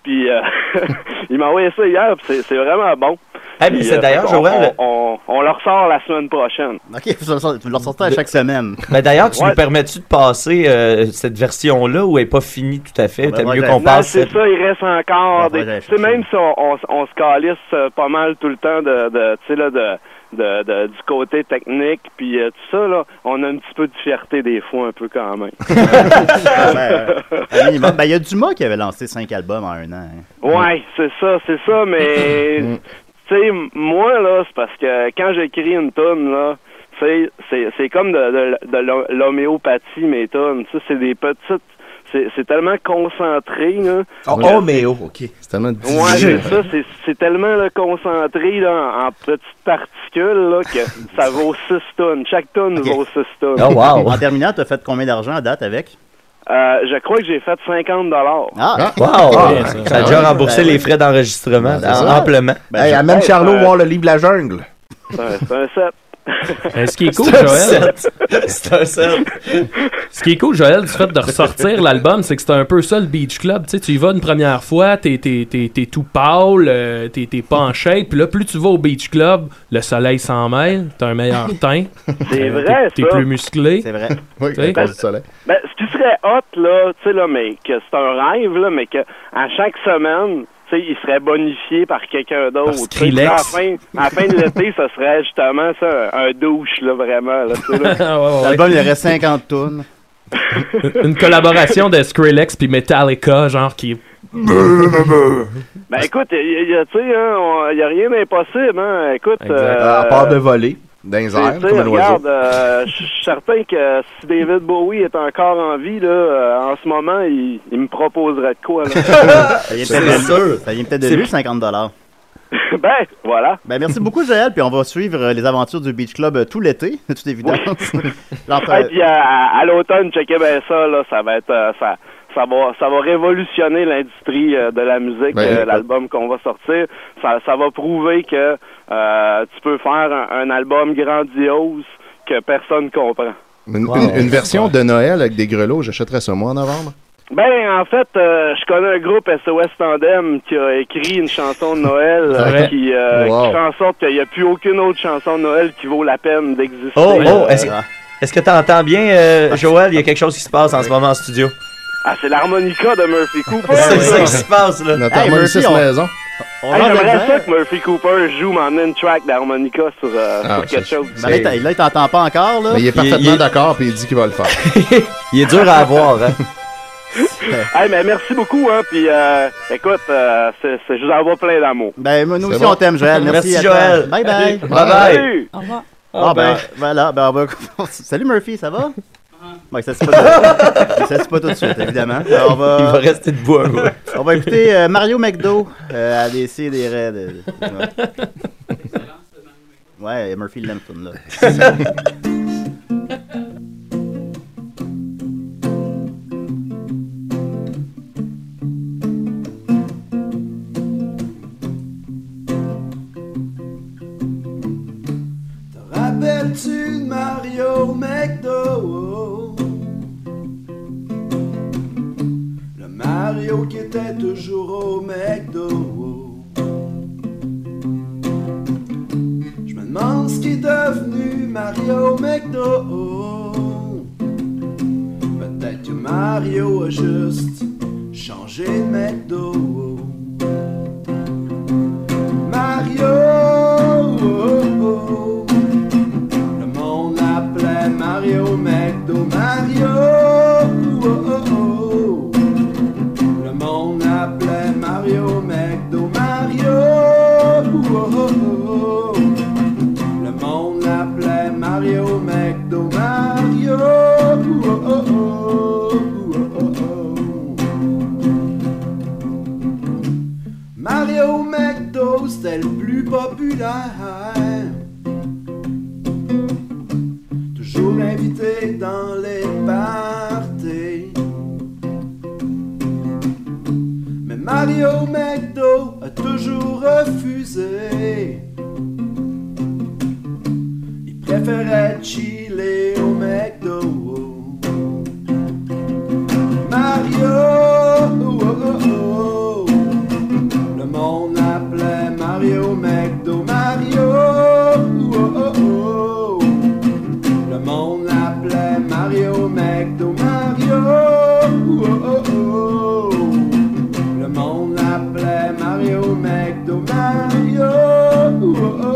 A: Puis euh, il m'a envoyé ça hier, puis c'est- c'est vraiment bon.
H: Eh, mais
A: Puis,
H: c'est d'ailleurs,
A: on-
H: Joël-
A: On, on, on le ressort la semaine prochaine.
C: Ok, vous le- vous le ressortez à chaque semaine.
H: Mais Ben, d'ailleurs, tu
A: Ouais.
H: nous permets-tu de passer euh, cette version-là où elle n'est pas finie tout à fait?
A: Ben,
H: T'aimes
A: moi,
H: Eh, mieux
A: j'ai-
H: qu'on
A: Non,
H: passe
A: C'est
H: cette...
A: ça, il reste encore. des-
H: moi, j'ai
A: Tu sais, même si on, on, on se calisse euh, pas mal tout le temps de, de, tu sais, là, de, de, de- du côté technique, puis euh, tout ça, là, on a un petit peu de fierté des fois, un peu quand même.
C: ben, un minimum. Ben, il y a Dumas qui avait lancé 5 albums en un an. hein.
A: Ouais, c'est ça, c'est ça, mais tu sais, moi là, c'est parce que quand j'écris une tonne là, tu sais, c'est c'est comme de, de, de l'hom- l'homéopathie mes tonnes, tu sais, c'est des petites, c'est c'est tellement concentré là.
B: Oh,
A: que-
B: oh, mais oh, ok.
E: C'est tellement
A: Ouais, c'est ça, c'est- c'est tellement là, concentré là, en, en petites particules là, que ça vaut 6 tonnes. Chaque tonne vaut 6 tonnes.
B: Oh,
C: En terminant, t'as fait combien d'argent à date avec?
A: Euh, je crois que j'ai fait 50 dollars.
C: Ah!
D: Wow! ça a déjà remboursé
C: Ben
D: les frais d'enregistrement
C: c'est ça.
D: amplement.
C: Ben, Hey, je-
B: amène Charlot
A: euh,
B: voir le livre La Jungle.
A: C'est un- c'est un set.
F: ce qui est cool,
A: C'est un
F: Joël,
D: C'est un seul.
F: ce qui est cool, Joël, du fait de ressortir l'album, c'est que c'est un peu ça le Beach Club. Tu sais, tu y vas une première fois, t'es, t'es, t'es, t'es tout pâle, euh, t'es, t'es pas en shape. Puis là, plus tu vas au Beach Club, le soleil s'en mêle, t'as un meilleur teint.
A: C'est
F: Euh,
A: vrai,
F: T'es, t'es
A: ça.
F: plus musclé.
C: C'est vrai.
E: Oui,
F: à cause du
E: soleil.
A: Ben, ce qui serait hot, là, tu sais, là, mais que c'est un rêve, là, mais que à chaque semaine, tu sais, il serait bonifié par quelqu'un d'autre. tu sais.
F: Skrillex.
A: À la fin, à la fin de l'été, ce serait justement ça, un, un douche, là, vraiment, là, tu sais, là.
C: L'album, il reste 50 tonnes.
F: Une collaboration de Skrillex puis Metallica, genre qui.
A: Ben, écoute, y- y- y a- tu sais, hein, on- y a rien d'impossible, hein, écoute. euh,
J: Ah,
B: Euh, à part de voler. Dans les
A: tu sais,
B: airs,
A: tu sais,
B: comme un oiseau.
A: regarde, euh, je suis certain que si David Bowie est encore en vie, là, euh, en ce moment, il, il me proposerait de quoi, là.
C: Ça vient peut-être de lui. Ça vient peut-être de
A: C'est-
C: lui, 50 dollars.
A: ben, voilà.
C: Ben, merci beaucoup, Joël. Puis on va suivre euh, les aventures du Beach Club euh, tout l'été, de toute évidence. L'entre-
A: Et Ah, puis à, à- à l'automne, checkez bien ça, là, ça va être euh, ça, ça va ça va révolutionner l'industrie euh, de la musique,
K: Ben,
A: euh,
K: écoute.
A: l'album qu'on va sortir. Ça, ça va prouver que euh, tu peux faire un, un album grandiose que personne comprend.
E: Une, une- une version de Noël avec des grelots, j'achèterais ça moi en novembre.
A: Ben en fait, euh, je connais un groupe SOS Tandem qui a écrit une chanson de Noël euh,
D: C'est vrai?
A: qui, euh,
D: Wow.
A: qui fait en sorte qu'il n'y a plus aucune autre chanson de Noël qui vaut la peine d'exister. Euh,
D: Oh, oh, est-ce est-ce que t'entends bien, euh, Joël? Il y a quelque chose qui se passe en ce moment en studio.
A: Ah, c'est l'harmonica de Murphy Cooper.
D: C'est
A: ça.
D: ça qui se passe, là.
A: Notre Hey, harmoniciste Murphy, on- maison.
C: On
A: Hey,
C: rentre
A: J'aimerais
C: là-dedans.
A: ça que Murphy Cooper joue m'emmener une track d'harmonica sur, euh,
C: Ah,
A: sur quelque
C: ça,
A: chose.
C: Ben, là, il t'a- là, il t'entend pas encore. Là.
H: Ah.
E: Mais il est parfaitement d'accord, puis il dit qu'il va le faire.
D: il est dur à avoir, hein?
A: Hey, mais merci beaucoup, hein, puis euh, écoute, euh, c'est- c'est- je vous envoie plein d'amour.
C: Ben, nous aussi, on t'aime, Joël. Merci, à toi. Bye bye.
A: Salut.
I: Au revoir.
C: Ah, ben, voilà, ben, on va- Salut Murphy, ça va? Ben, Bon, ça se passe pas, ça se pas tout de suite, évidemment. Alors, on va...
D: Il va rester debout un bout.
C: On va écouter euh, Mario McDo euh, à des C et des raids. euh, ouais. Ouais, et Murphy l'aime, ce là
J: Rappelles-tu de Mario McDo? Le Mario qui était toujours au McDo. Je me demande ce qui est devenu Mario McDo. Peut-être que Mario a juste changé de McDo. Mario, oh, le monde l'appelait Mario McDo. Mario, oh, le monde l'appelait Mario McDo. Mario, oh, le monde l'appelait Mario McDo. Mario. oh, Mario McDo, c'était le plus populaire. Toujours invité dans les parties. Mais Mario McDo a toujours refusé. Il préférait chiller au McDo. Mario, le monde l'appelait Mario McDo Mario oh, oh, oh. Le monde l'appelait Mario McDo Mario oh, oh, oh. Le monde l'appelait Mario McDo Mario oh, oh, oh.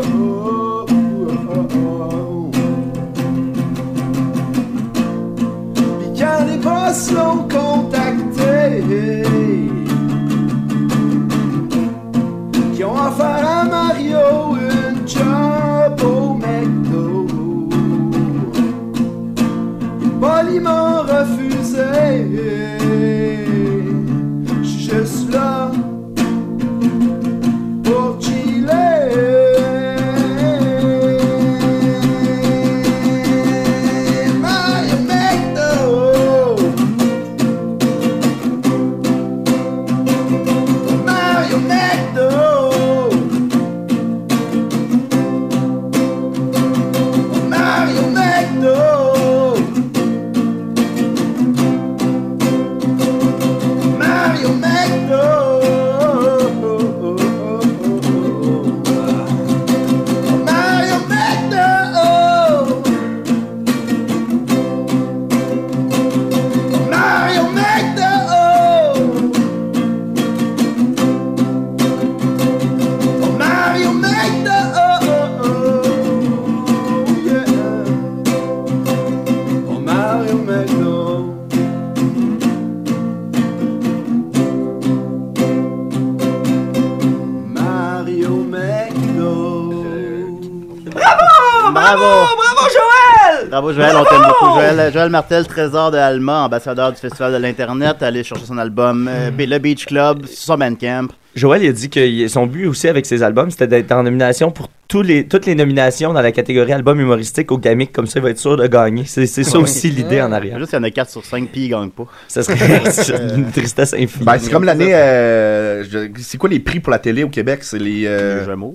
J: oh. oh. oh, oh.
C: Bravo! Bravo!
D: Ah, Bravo, Joël!
C: Bravo Joël, on t'aime beaucoup. Joël, Joël Martel, trésor de Alma, ambassadeur du Festival de l'Internet. Allez chercher son album euh, Le Beach Club sur son Bandcamp.
H: Joël il a dit que il- son but aussi avec ses albums, c'était d'être en nomination pour tous les, toutes les nominations dans la catégorie album humoristique au gamique. Comme ça, il va être sûr de gagner. C'est c'est ça
C: Ouais.
H: aussi l'idée en arrière.
C: Juste, il y en a 4 sur 5 puis il gagne pas.
H: Ça serait une tristesse infinie.
J: Ben, c'est comme l'année. euh, je- c'est quoi les prix pour la télé au Québec C'est les. les Gémeaux.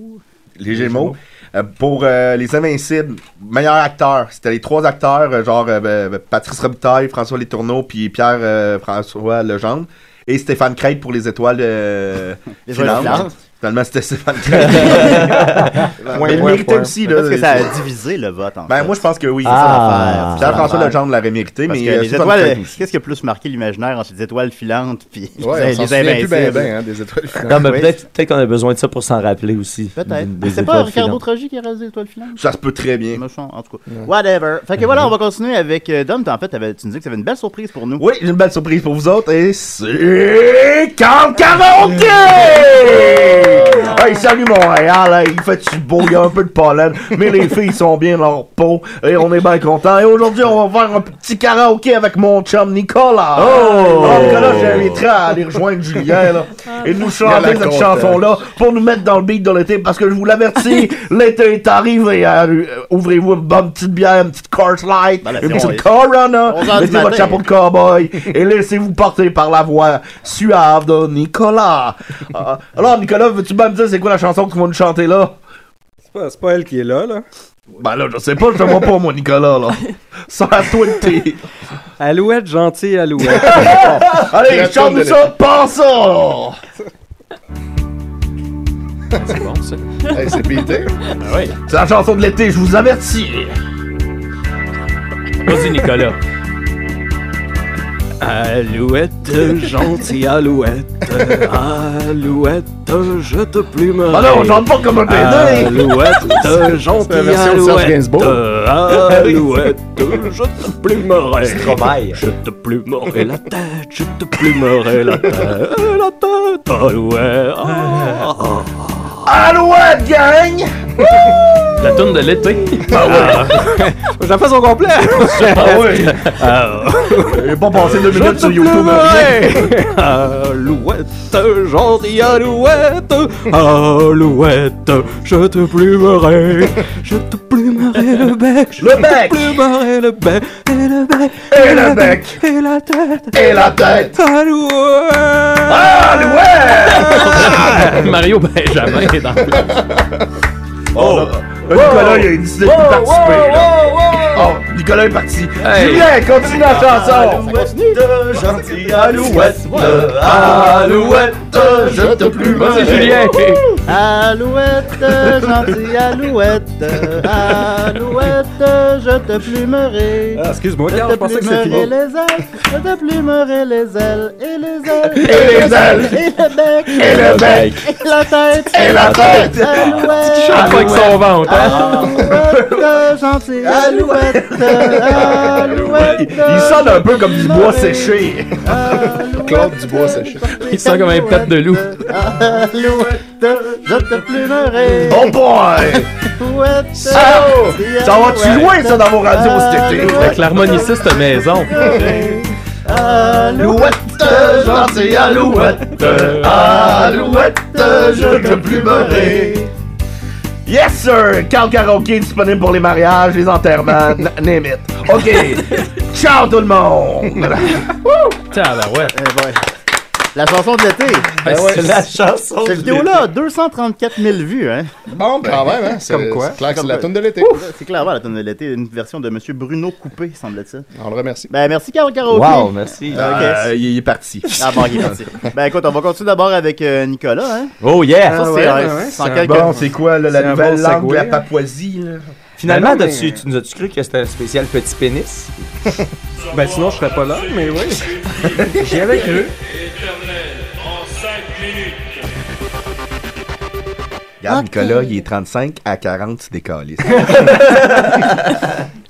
J: Les Gémeaux. Euh, pour euh, Les Invincibles, meilleur acteur. C'était les trois acteurs, euh, genre euh, ben, ben, Patrice Robitaille, François Letourneau, puis Pierre-François Legendre. Et Stéphane Craig pour Les Étoiles euh,
C: Les Étoiles
J: filantes.
C: filantes.
J: Finalement, c'était Stéphane Craig.
C: Mais il méritait aussi, là. Parce que ça a divisé le vote, en
J: Ben,
C: fait.
J: moi, je pense que oui.
C: C'est ça
J: Ah.
C: l'affaire.
J: Pierre-François
C: C'est ça
J: Legendre l'aurait mérité,
C: Parce
J: mais,
C: que
J: euh,
C: les
J: Stéphane
C: étoiles,
J: Craig
C: qu'est-ce qui a plus marqué l'imaginaire entre les étoiles filantes puis
J: Ouais, on
C: les,
J: s'en
C: les
J: souvient plus ben,
C: invincibles?
J: ben, hein, des étoiles filantes.
H: Non, mais
C: Oui.
H: peut-être peut-être qu'on a besoin de ça pour s'en rappeler aussi.
C: Peut-être. Ah,
H: Des
C: C'est pas
H: étoiles
C: Ricardo
H: filantes.
C: Trogi qui a réalisé l'étoile filante?
J: Ça se peut très bien.
C: En tout cas. Whatever. Fait que voilà, on va continuer avec euh, Dom. t'as- En fait, t'avais- tu nous dis que t'avais une belle surprise pour nous.
J: Oui, j'ai une belle surprise pour vous autres et c'est.
C: Camp
J: Karaoke!
B: Hey, salut Montréal, hey, il fait-tu beau, il y a un peu de pollen, mais les filles sont bien dans leur peau, et on est bien contents. Et aujourd'hui, on va faire un petit karaoké avec mon chum Nicolas.
J: Oh! Ah.
B: Ah, Nicolas, j'inviterai à aller rejoindre Julien, là, et nous
J: Il a
B: chanter
J: l'air
B: cette
J: content.
B: chanson-là pour nous mettre dans le beat de l'été, parce que je vous l'avertis, l'été est arrivé. hein. Euh, Ouvrez-vous une bonne petite bière, une petite Coors Light,
J: Ben, la
B: une
J: ferme,
B: petite Corona,
J: Onze heures du
B: mettez votre
J: matin.
B: chapeau de cowboy et laissez-vous porter par la voix suave de Nicolas. Ah, alors, Nicolas, veux-tu bien me dire c'est quoi la chanson que tu vas nous chanter là?
G: C'est pas, c'est pas elle qui est là, là.
B: Ben là, je sais pas, je te vois pas, moi, Nicolas, là. Sors-toi de tes.
G: Alouette gentille, alouette.
B: Allez, chante-nous ça, pense ça!
F: C'est bon, ça. Ah
J: Hey, c'est pété.
F: oui.
B: C'est la chanson de l'été, je vous avertis.
F: Vas-y, Nicolas.
D: Alouette, gentille alouette, alouette, je te plumerai.
B: Ah non, on chante pas comme un pédé.
D: Alouette,
B: C'est la
D: gentille
B: version de Serge
D: alouette,
B: Gainsbourg.
D: alouette, je te plumerai.
H: Stromae.
D: Je te plumerai la tête, je te plumerai la tête, la tête,
F: Oh,
D: alouette. ah, ah.
B: Alouette, gang!
F: La tourne de l'été. Ah ouais.
G: J'en fais son complet.
F: Ah oui.
B: J'ai pas passé deux minutes sur
C: hein.
B: YouTube.
D: Alouette, gentille alouette, alouette, je te plumerai, je te plumerai le bec, je
B: Le
D: te
B: bec.
D: plumerai le bec, et le bec,
B: Et le bec.
D: et la tête,
B: Et la tête.
D: alouette.
F: Ah. Mario Ben Benjamin est dans le
B: Oh! Nicolas, il a
D: dus
B: décidé de
J: Oh,
B: plus participer. là. Oh, Nicolas est parti.
D: Hey.
B: Julien, continue la
J: Ah,
B: chanson.
D: Gentille alouette, alouette, je te plumerai.
C: Alouette, gentille alouette, alouette, je te plumerai.
G: Ah, excuse-moi,
C: je
G: Carl,
C: te
G: je pensais que c'était
C: plumerai
G: fini.
C: les ailes, je te plumerai les ailes, et les ailes,
D: Et les ailes.
C: et le bec,
D: Et le bec.
C: et la tête,
D: Et la tête.
C: alouette.
D: Tu chantes pas avec son ventre,
B: Ah.
C: Alouette, gentille alouette, alouette.
B: Il sonne un peu comme du bois séché.
J: Claude Dubois séché.
F: Il sent comme un pet de loup.
C: Alouette, je te plumerai.
B: Oh boy!
C: Alouette,
B: Ça, ça va-tu loin, ça, dans vos radios cet été?
F: Ah. Avec l'harmoniciste maison.
B: Alouette,
D: gentille alouette,
B: alouette,
D: je te
B: plumerai. Yes, sir! Carl Karaoke disponible pour les mariages, les enterrements, n- name it. OK! Ciao tout le monde!
F: Tabarouette.
C: La chanson de l'été.
B: Ben ouais, c'est la chanson
C: Cette
B: de
C: vidéo-là, 234 000 vues, hein.
J: Bon,
D: ben,
J: quand même, hein, c'est- Comme quoi. c'est clair que c'est la toune de l'été.
C: Ouf, C'est clairement la toune de l'été, une version de Monsieur Bruno Coupé, semble-t-il.
J: On le remercie.
C: Ben, merci, Caro Karaoke.
J: Wow, merci.
C: Ok.
J: Euh, il- il est parti.
C: Ah bon, il est parti. Ben, écoute, on va continuer d'abord avec euh, Nicolas, hein.
H: Oh yeah!
G: Ah,
C: Ça, c'est euh, c'est en quelques-
B: bon, c'est quoi, là, la
C: C'est un
B: nouvelle
C: bon
B: langue
C: segway,
B: de la
C: hein.
B: Papouasie? Là?
H: Finalement,
G: Ben non,
H: as-tu-
G: mais-
H: tu nous as-tu cru que c'était un spécial petit pénis?
G: ben sinon, je serais pas là, mais oui. J'y avais cru.
J: Regarde, Nicolas, il est 35 à 40, tu décalises.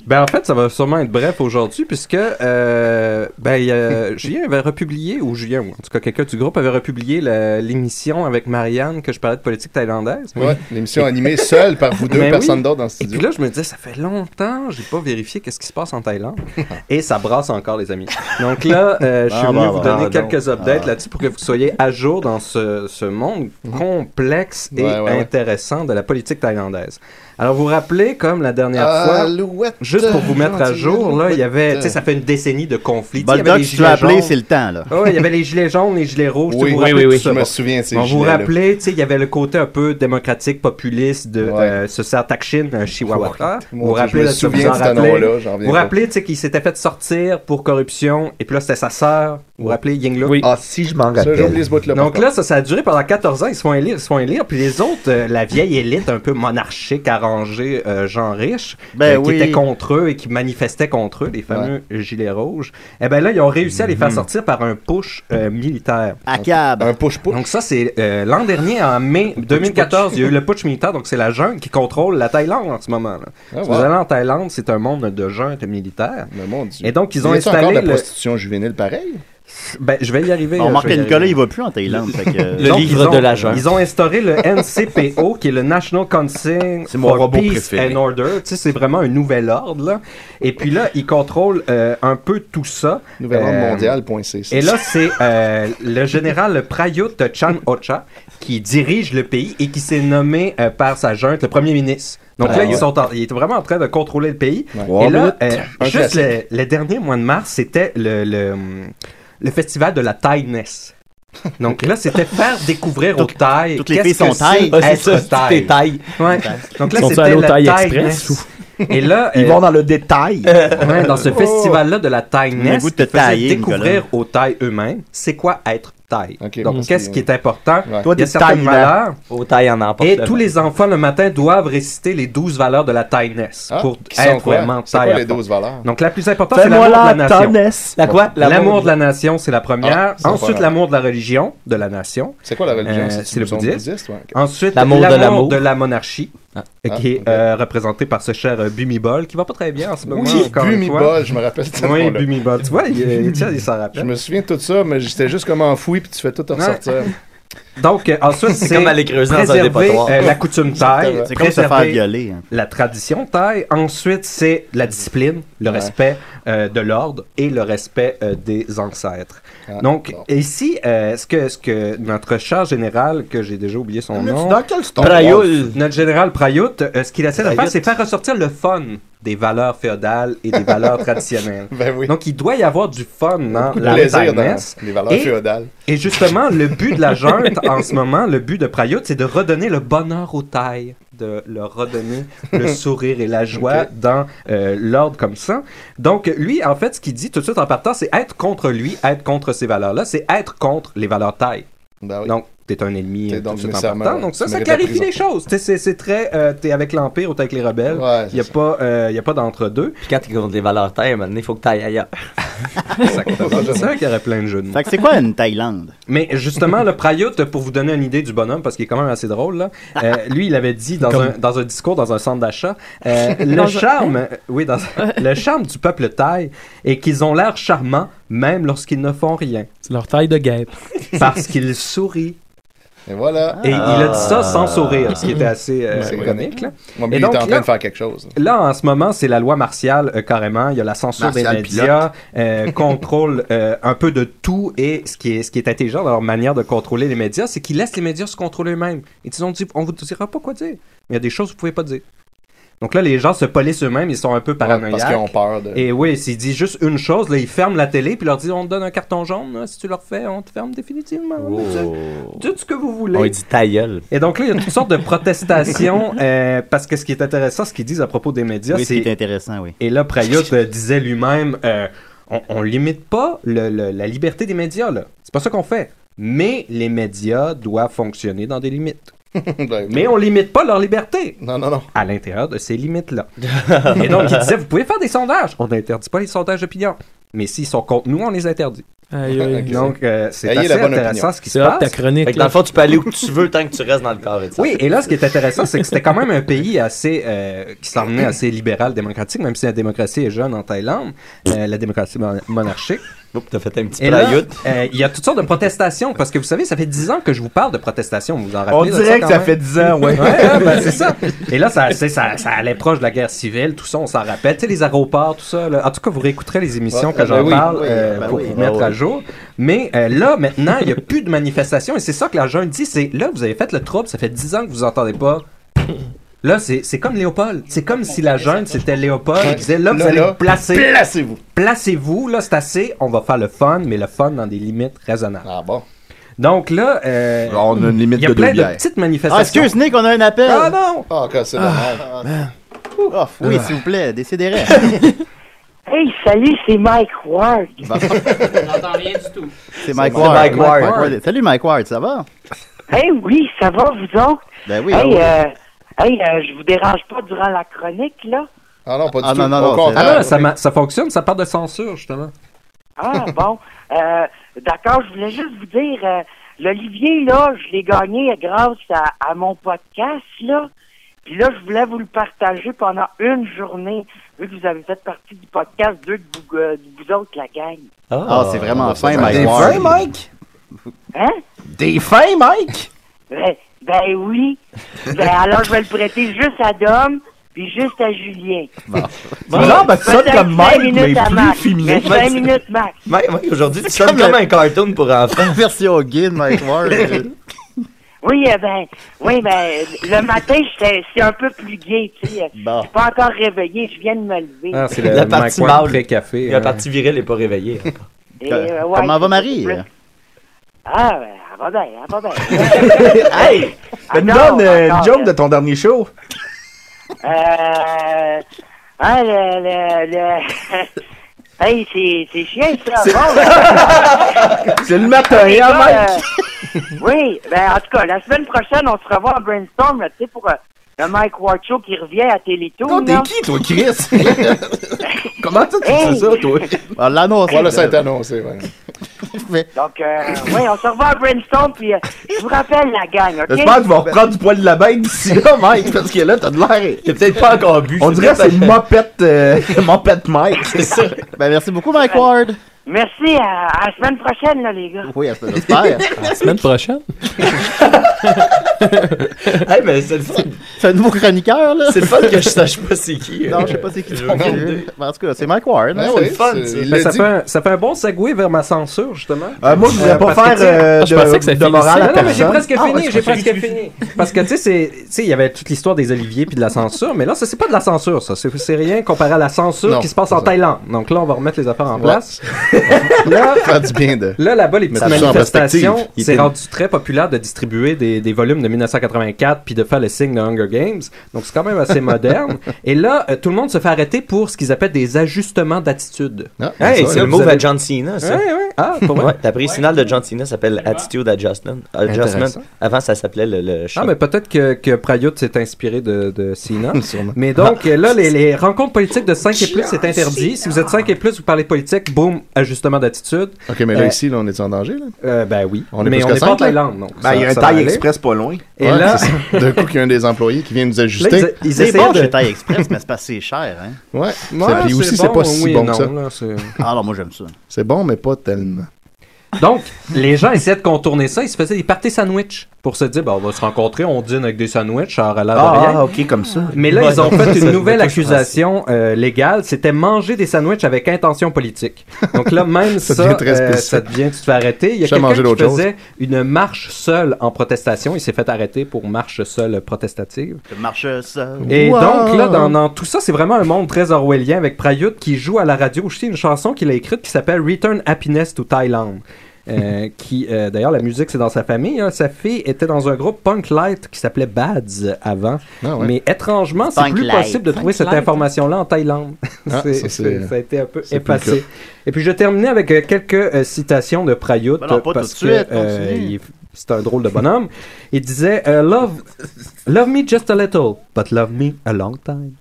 G: Ben en fait, ça va sûrement être bref aujourd'hui puisque euh, ben, il y a- Julien avait republié, ou Julien, ou en tout cas quelqu'un du groupe avait republié la- l'émission avec Marianne que je parlais de politique thaïlandaise.
E: Ouais, l'émission animée seule par vous deux,
G: Ben oui.
E: personne d'autre dans ce
G: Et
E: studio.
G: puis là, je me disais, ça fait longtemps, j'ai pas vérifié qu'est-ce qui se passe en Thaïlande. Et ça brasse encore, les amis. Donc là, euh, je suis
D: Ah,
G: venu
D: bah,
G: vous
D: bah,
G: donner
D: ah,
G: quelques
D: donc.
G: updates
D: Ah.
G: là-dessus pour que vous soyez à jour dans ce, ce monde
C: Mhm.
G: complexe et
L: Ouais, ouais, ouais.
G: intéressant de la politique thaïlandaise. Alors, vous vous rappelez, comme la dernière fois,
L: Alouette,
G: juste pour vous mettre à jour, là, il y avait, tu sais, ça fait une décennie de conflits. Tu sais, il y avait
C: Baldock,
G: les
C: si tu veux
G: gilets
C: appeler,
G: jaunes.
C: c'est le temps, là.
G: Ah ouais, il y avait les gilets jaunes, les gilets rouges, tu sais,
C: Oui,
G: vous vous
C: oui,
G: rappelez
C: oui,
G: tout ça,
C: je me
G: bon.
C: souviens de ces
G: Bon, Vous vous
C: gilets-là.
G: rappelez, tu sais, il y avait le côté un peu démocratique, populiste de euh, ce Sartakshin, un chihuahua. Ah, vous vous
E: Dieu,
G: rappelez
E: je me
G: de ça, vous
E: souviens
G: en
E: de ce
G: rappelez.
E: nom-là, j'en
G: Vous
E: reviens
G: vous
E: pas.
G: rappelez, tu sais, qu'il s'était fait sortir pour corruption, et puis là, c'était sa sœur. Vous vous rappelez, Yingluck?
L: Ah, si je m'en
E: Ça, rappelle. j'ai oublié ce bout-là, par
G: Donc là, ça, ça a duré pendant 14 ans. Ils se font élire, ils se font élire. Puis les autres, euh, la vieille élite un peu monarchique, arrangée, euh, gens riches,
C: Ben
G: qui
C: oui.
G: étaient contre eux et qui manifestaient contre eux, les fameux gilets rouges, eh ben là, ils ont réussi à les
C: Mhm.
G: faire sortir par un push euh, militaire.
C: Un
E: push-push.
G: Donc ça, c'est euh, l'an dernier, en mai 2014, il y a eu le push militaire. Donc c'est la junte qui contrôle la Thaïlande en ce moment. là.
E: Ah,
G: si
E: ouais.
G: vous allez en Thaïlande, c'est un monde de junte militaire. Et donc, ils ont
E: Y a-t-il encore
G: installé...
E: de la
G: le-
E: prostitution juvénile pareil?
G: Ben, je vais y arriver.
C: Bon,
G: euh,
C: Marc
G: je vais y
C: Nicolas,
G: arriver.
C: il va plus en Thaïlande, fait que- Le
G: Donc,
C: livre
G: ils ont-
C: de l'agent.
G: Ils ont instauré le NCPO, qui est le National Council
C: mon
G: for
C: robot
G: Peace
C: préféré.
G: and Order. Tu sais, c'est vraiment un nouvel ordre, là. Et puis là, ils contrôlent euh, un peu tout ça.
E: Nouvel ordre
G: Euh,
E: mondial.cc.
G: Et là, c'est euh, le général Prayut Chan Ocha qui dirige le pays et qui s'est nommé euh, par sa junte le premier ministre. Donc
D: Ah
G: là,
D: ouais.
G: ils sont en- ils étaient vraiment en train de contrôler le pays.
D: Ouais.
G: Et là,
D: Ouais.
G: euh,
D: Un
G: juste
D: classique.
G: le, le dernier mois de mars, c'était le, le, le festival de la Thaïness. Donc là, c'était faire découvrir aux Thaïs.
C: toutes les
G: qu'est-ce
C: filles sont
G: que c'est
C: Thaïs. Ah, c'est
G: être
C: ça, c'est toutes
G: Thaï.
C: des Thaïs.
G: Ouais. Donc là,
C: Sont-ils
G: c'était
C: allés au
G: la
C: Thaï
G: Thaïness.
C: Express ou-
G: Et
L: euh,
G: là, euh,
C: Ils vont dans
G: le détail. dans ce
C: Oh.
G: festival-là de la
C: Le
G: Thaïness,
C: goût de te
G: ils faisaient
C: tailler, Nicolas.
G: découvrir aux Thaïs eux-mêmes, c'est quoi être Thaï.
C: bon,
G: Donc, qu'est-ce
C: c'est-
G: qui est important?
C: Toi,
G: Il y a
C: des
G: certaines
C: Thaï-nants.
G: valeurs.
D: Au taille en emporte.
G: Et tous les enfants le matin doivent réciter les 12 valeurs de la Thaïness
D: Ah,
G: pour
D: qui sont
G: être
D: quoi?
G: vraiment
D: C'est quoi
G: Thaï à
D: les
G: fond.
D: 12 valeurs?
G: Donc la plus importante, c'est
D: Fais-moi
G: l'amour de la
D: la
G: nation.
D: Thaïness. La quoi?
G: L'amour de la nation, c'est la première.
D: Ah, c'est la
G: Ensuite,
D: première.
G: l'amour de la religion, de la nation.
E: C'est quoi la religion?
G: Euh,
E: C'est-
G: c'est le
E: c'est
G: bouddhisme.
E: bouddhiste, ouais, ok.
G: Ensuite,
D: L'amour de
G: l'amour
D: l'amour.
G: de, la monarchie, euh,
E: Ah,
G: qui est euh, représenté par ce cher euh, Bumibol, qui va pas très bien en ce moment.
E: Oui,
G: encore une
E: Bumibol,
G: fois.
E: je me rappelle ce
G: Oui,
E: nom-là.
G: Bumibol. Tu vois, il, il, tiens, il s'en rappelle.
E: Je me souviens de tout ça, mais j'étais juste comme enfoui, puis tu fais tout ressortir.
G: Donc, euh, ensuite,
E: C'est
G: c'est
E: comme aller creuser dans un
G: préserver,
E: dépotoir.
G: euh, la coutume thaï,
C: C'est comme se faire
G: préserver
C: violer, hein.
G: La tradition thaï. Ensuite, c'est la discipline, le
C: Ouais.
G: respect euh, de l'ordre et le respect euh, des ancêtres.
C: Ah,
G: Donc, ici, euh, ce, que, ce que notre char général, que j'ai déjà oublié son
C: Mais tu-
G: nom,
C: dans quel Star Wars?
G: Prayul. notre général Prayut, euh, ce qu'il essaie de
C: Prayut.
G: faire, c'est faire ressortir le fun des valeurs féodales et des valeurs traditionnelles.
C: Ben
G: Donc, il doit y avoir du fun dans
E: Beaucoup de
G: la
E: plaisir dans
G: thaïness.
E: les valeurs
G: Et-
E: féodales.
G: et justement, le but de la junte en ce moment, le but de Prayut, c'est de redonner le bonheur aux tailles, de leur redonner le sourire et la joie
D: Ok.
G: dans euh, l'ordre comme ça. Donc, lui, en fait, ce qu'il dit tout de suite en partant, c'est être contre lui, être contre ces valeurs-là, c'est être contre les valeurs tailles. Donc, t'es un ennemi euh,
E: Ben
G: tout
E: donc
G: de suite en
E: nécessairement,
G: partant.
E: ouais,
G: Donc, ça,
E: tu
G: ça
E: mérites la
G: clarifie
E: prison.
G: les choses. T'sais, C'est c'est très, euh, t'es avec l'Empire ou t'es avec les rebelles. Il n'y a, pas, euh, y a pas d'entre-deux.
D: Puis quand t'es contre les valeurs terres, maintenant, il faut que t'ailles ailleurs.
G: C'est vrai qu'il y aurait plein de jeux de mots.
C: Fait que c'est quoi une Thaïlande?
G: Mais justement, le Prayut, pour vous donner une idée du bonhomme, parce qu'il est quand même assez drôle, là, euh, lui, il avait dit dans,
D: Comme-
G: un, dans un discours, dans un centre d'achat, euh,
D: Dans
G: le
D: un-
G: charme, oui, dans, le charme du peuple thaï est qu'ils ont l'air charmants même lorsqu'ils ne font rien. C'est leur taille de guêpe. Parce qu'ils sourient.
E: Et voilà.
G: Et il a dit ça sans sourire, ce qui était assez euh,
E: C'est ironique.
G: ironique. Là.
E: Moi, mais
G: Et
E: il
G: donc,
E: est en train
G: là-
E: de faire quelque chose.
G: Là, en ce moment, c'est la loi martiale euh, carrément. Il y a la censure
E: Martial
G: des médias, euh, contrôle euh, un peu de tout. Et ce qui, est, ce qui est intelligent dans leur manière de contrôler les médias, c'est qu'ils laissent les médias se contrôler eux-mêmes. Et ils ont dit on vous dira pas quoi dire. Mais il y a des choses que vous pouvez pas dire. Donc là, les gens se polissent eux-mêmes, ils sont un peu paranoïaques.
E: parce qu'ils ont peur de-
G: Et oui, s'ils disent juste une chose, là, ils ferment la télé puis leur disent on te donne un carton jaune, là, si tu le refais, on te ferme définitivement. Dites ce que vous voulez.
D: On lui dit ta gueule.
G: Et donc là, il y a toutes sortes de protestations euh, parce que ce qui est intéressant, ce qu'ils disent à propos des médias,
C: Oui, ce
G: c'est
C: qui est intéressant, oui.
G: Et là, Prayut euh, disait lui-même, euh, on, on limite pas le- le- la liberté des médias là. C'est pas ça qu'on fait. Mais les médias doivent fonctionner dans des limites.
F: Ben,
G: Mais on limite pas leur liberté.
E: Non, non, non.
G: À l'intérieur de ces limites-là. Et donc, il disait, vous pouvez faire des sondages. On n'interdit pas les sondages d'opinion. Mais s'ils sont contre nous, on les interdit.
F: Aïe, aïe. Ok.
G: Donc, euh, c'est
F: Ayez
G: assez
F: la bonne
G: intéressant
F: opinion.
G: ce qui
F: C'est
G: se
F: hot,
G: passe.
F: ta chronique,
G: Fait que
F: là.
G: dans le fond,
D: tu peux aller où tu veux tant que tu restes dans le corps. et ça.
G: Oui, et là, ce qui est intéressant, c'est que c'était quand même un pays assez euh, qui s'en venait assez libéral démocratique, même si la démocratie est jeune en Thaïlande, euh, la démocratie mon- monarchique.
D: t'as fait un petit
G: Et là,
D: playout.
G: euh, Il y a toutes sortes de protestations, parce que vous savez, ça fait 10 ans que je vous parle de protestations, vous vous en rappelez.
B: On
G: de
B: dirait que
G: quand
B: ça
G: même?
B: fait 10 ans, ouais.
G: ouais ben, c'est ça. Et là, ça, c'est- ça, ça allait proche de la guerre civile, tout ça, on s'en rappelle. Tu sais, les aéroports, tout ça. là. En tout cas, vous réécouterez les émissions
B: Ouais,
G: que
B: ah,
G: j'en
B: ben oui,
G: parle
B: oui,
G: euh,
B: ben
G: pour
B: oui.
G: vous
B: Ah,
G: mettre à
B: oui.
G: jour. Mais euh, là, maintenant, il n'y a plus de manifestations. Et c'est ça que la jeune dit c'est là, vous avez fait le trouble, ça fait 10 ans que vous entendez pas. Là, c'est c'est comme Léopold. C'est comme si la jeune, c'était Léopold. qui disait là, vous
L: Là,
G: allez
L: là,
G: vous placer.
L: placez-vous.
G: Placez-vous. Là, c'est assez. On va faire le fun, mais le fun dans des limites raisonnables. Ah bon? Donc là, euh,
L: On a une limite
G: il y a
L: de deux
G: plein de
L: bières.
G: petites
C: Ah,
G: manifestations.
C: excuse Nick, on a un appel.
G: Ah non!
C: Ah, c'est
L: dommage.
C: oui,
G: Ah.
C: s'il vous plaît, décidérez.
M: Hey, salut, c'est Mike Ward.
N: n'entends rien du tout.
C: C'est Mike
M: C'est
C: Ward.
M: Mike Ward.
C: Salut Mike Ward, ça va?
M: Hey, oui, ça va, vous autres?
C: Ben oui. ah
M: Hey, euh, hey euh, je vous dérange pas durant la chronique, là?
G: Ah non, pas
C: du Ah, tout. non, non, Au non, contraire. c'est-
G: Ah non, ça, ma- ça fonctionne, ça part de censure, justement.
M: Ah, bon. Euh, D'accord, je voulais juste vous dire, euh, l'Olivier, là, je l'ai gagné grâce à, à mon podcast, là. Puis là, je voulais vous le partager pendant une journée, vu que vous avez fait partie du podcast, deux de vous, euh, de vous autres, la gang.
C: Ah, c'est
D: ben,
C: vraiment
M: Ah,
C: fin,
M: ça,
C: Mike
M: des
C: Ward.
M: fins,
C: Mike?
M: Hein?
C: Des fins, Mike?
M: Ben, ben oui. Ben alors, je vais le prêter juste à Dom, puis juste à Julien.
C: Bon.
M: Peut-être
C: Non, ben, tu sonnes comme
M: cinq
C: Mike,
M: minutes
C: mais
M: à
C: plus
M: max,
C: féminin.
M: mais cinq minutes max.
D: Mike, Mike, aujourd'hui, tu sonnes comme un cartoon pour enfants.
C: Version guide, Mike Ward.
M: Oui, euh, ben, oui, ben, le matin, j'étais- c'est un peu plus gai, tu sais. Je suis pas encore réveillé, je viens de me lever.
D: la partie
G: Ah, Mike Ward
D: mâle.
G: pré-café,
D: La
G: hein.
D: partie virile n'est pas réveillée. hein.
M: Et, euh, ouais,
C: Comment va
M: c'est-
C: Marie?
M: Ah, ben, elle va bien, elle va bien. Ah,
L: hey!
C: Ah,
M: Attends,
L: Donne euh, une
M: attends.
L: joke de ton dernier show.
M: Euh, ah, le, le, le... Hey, c'est, c'est chiant, ça. Bon, ben-
L: C'est le matin,
M: Les
L: hein,
M: gars,
L: Mike?
M: euh, oui, ben, en tout cas, la semaine prochaine, on se revoit en brainstorm, là, tu sais, pour euh, le Mike Ward Show qui revient à Télétoon. Non,
L: T'es qui, toi, Chris? Comment ça, tu fais ça, toi?
C: On l'a annoncé.
E: Voilà, ça a été annoncé, ouais.
M: Donc, euh, oui, on se revoit en brainstorm, puis euh, je vous rappelle la gang, OK?
L: J'espère que tu vas reprendre du poil de la bête d'ici là, Mike, parce que là, t'as de l'air.
D: T'es peut-être pas encore bu.
L: On dirait que c'est une mopette, euh, mopette Mike.
C: C'est ça. Ben, merci beaucoup, Mike Ward.
M: Merci, à, à la semaine prochaine, là, les gars.
C: Oui, à ce j'espère.
F: La semaine prochaine?
D: hey, mais c'est le fun.
C: C'est un nouveau chroniqueur, là.
D: C'est le fun que je sache pas c'est qui.
C: Non, je sais pas c'est qui.
D: J'ai
C: ton
D: aucune
C: Dieu. Ben, En tout cas, c'est Mike Ward. hein.
D: Ouais, ouais, c'est- il l'a
G: Ben, ça,
D: dit.
G: fait un, ça fait un bon segue vers ma censure, justement.
C: Euh, moi, je voulais pas
G: parce que,
C: faire,
G: tu sais,
C: euh,
G: ah, je
C: de-
G: pensais que ça
C: de
G: finissait.
C: morale à
G: Non, non, mais j'ai
C: personne.
G: presque
C: Ah, ouais,
G: fini,
C: je
G: j'ai
C: pensais
G: presque
C: que tu-
G: fini. Parce que, tu sais, c'est- tu sais, il y avait toute l'histoire des oliviers puis de la censure, mais là, ça, c'est pas de la censure, ça. C'est c'est rien comparé à la censure
L: Non,
G: qui se passe en Thaïlande. Donc là, on va remettre les affaires en
L: Ouais.
G: place. là,
L: Faire du bien de.
G: Là, là-bas, les
L: mettre
G: petites
L: ça en perspective.
G: manifestations,
L: Il
G: c'est
L: était-
G: rendu très populaire de distribuer des, des volumes de 1984 puis de faire le signe de Hunger Games. Donc, c'est quand même assez moderne. Et là, euh, tout le monde se fait arrêter pour ce qu'ils appellent des ajustements d'attitude.
E: Ah,
D: Hey,
G: Là,
D: c'est le
G: vous
D: move
G: avez-
D: à John Cena, ça.
G: Ouais, ouais. Ah, pour vrai?
D: Ouais, T'as pris le signal de John Cena, ça s'appelle Attitude Adjustment.
G: Intéressant.
D: Adjustment. Avant, ça s'appelait le, le
G: Ah,
D: choc.
G: mais peut-être que, que Prayut s'est inspiré de, de Sina.
D: Sûrement.
G: mais donc,
E: Ah.
G: euh, là, les, les rencontres politiques de 5 et plus, c'est interdit. Si vous êtes 5 et plus, vous parlez politique, boum, ajustement d'attitude.
E: Ok, mais là,
G: Euh,
E: ici, là, on est en danger, là?
G: ben oui.
E: On est
G: Mais
E: plus
G: on
E: que
G: est pas
E: cinq,
G: en
E: là?
G: Thaïlande, donc
L: Ben, il y a un Thaï Express pas loin.
G: Et là-
E: c'est ça. D'un coup, qu'il y a un des employés qui vient nous ajuster.
G: Là, ils- ils
C: C'est
G: essayaient
C: bon
G: de-
C: chez Taille Express, mais c'est parce que c'est cher, hein.
E: Ouais.
G: Ouais,
E: C'est- Puis
G: c'est
E: aussi, c'est
G: bon,
E: pas si
G: oui,
E: bon
G: non,
E: que ça.
G: là, c'est-
C: Ah, Alors, moi, j'aime ça.
E: C'est bon, mais pas tellement.
G: Donc, les gens essayaient de contourner ça. Ils se faisaient des parties sandwich pour se dire, ben, on va se rencontrer, on dîne avec des sandwichs, ça aura l'air de
L: Ah,
G: rien.
L: ah, ok, comme ça.
G: Mais là,
L: Ouais,
G: ils
L: non,
G: ont fait
L: ça,
G: une
L: je
G: nouvelle
L: vais pas que je
G: accusation euh, légale. C'était manger des sandwichs avec intention politique. Donc là, même ça,
L: Ça devient très
G: euh,
L: spécifique.
G: ça devient, tu te fais arrêter. Il y a
L: Je vais
G: quelqu'un
L: manger
G: qui
L: d'autres
G: faisait une marche seule en protestation. Il s'est fait arrêter pour marche seule protestative.
C: Ça marche ça.
G: Et donc, là, dans, dans tout ça, c'est vraiment un monde très orwellien avec Prayut qui joue à la radio aussi une chanson qu'il a écrite qui s'appelle Return Happiness to Thailand. Euh, qui euh, d'ailleurs la musique c'est dans sa famille hein. sa fille était dans un groupe punk light qui s'appelait Bads euh, avant
L: Ah ouais.
G: mais étrangement c'est
L: Punk
G: plus
L: light.
G: possible de
L: Punk
G: trouver cette
L: light.
G: information là en Thaïlande
L: Ah,
G: C'est-
L: ça, c'est-
G: c'est- ça a été un peu
L: c'est plus le
G: effacé
L: cas.
G: et puis je vais terminer avec euh, quelques euh, citations de Prayut
L: Ben non, pas
G: parce
L: tout
G: que
L: de suite,
G: euh,
L: continue.
G: il- c'est un drôle de bonhomme il disait euh, love love me just a little but love me a long time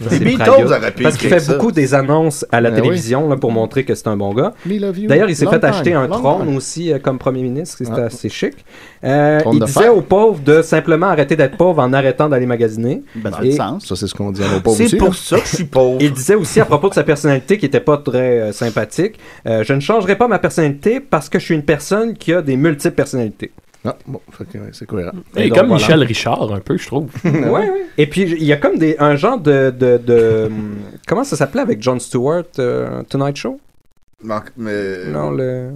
B: Les
G: C'est
B: Beatles
G: Praga.
B: auraient pu
G: Parce qu'il
B: écrire
G: fait
B: ça.
G: beaucoup des annonces à la
B: Ben oui.
G: télévision là, pour montrer que c'est un bon gars.
B: We love you.
G: D'ailleurs, il s'est
B: Long
G: fait
B: time,
G: acheter un
B: long
G: trône
B: time.
G: aussi euh, comme premier ministre. C'était
B: Ah.
G: assez chic. Euh,
E: Trône
G: il
E: de
G: disait
E: fer.
G: aux pauvres de simplement arrêter d'être pauvres en arrêtant d'aller magasiner.
E: ça fait du sens. Ça, c'est ce qu'on dit à nos pauvres aussi, là.
G: pauvre. Il disait aussi à propos de sa personnalité qui n'était pas très euh, sympathique euh, Je ne changerai pas ma personnalité parce que je suis une personne qui a des multiples personnalités.
E: Ah, bon, fait que, ouais, c'est cohérent.
G: Et
F: Et
G: donc,
F: comme
G: voilà.
F: Michel Richard, un peu, je trouve.
G: ouais, ouais. Et puis, il y a comme des, un genre de. de, de- hum, comment ça s'appelait avec Jon Stewart euh, Tonight Show
L: Manque- mais-
G: Non, le.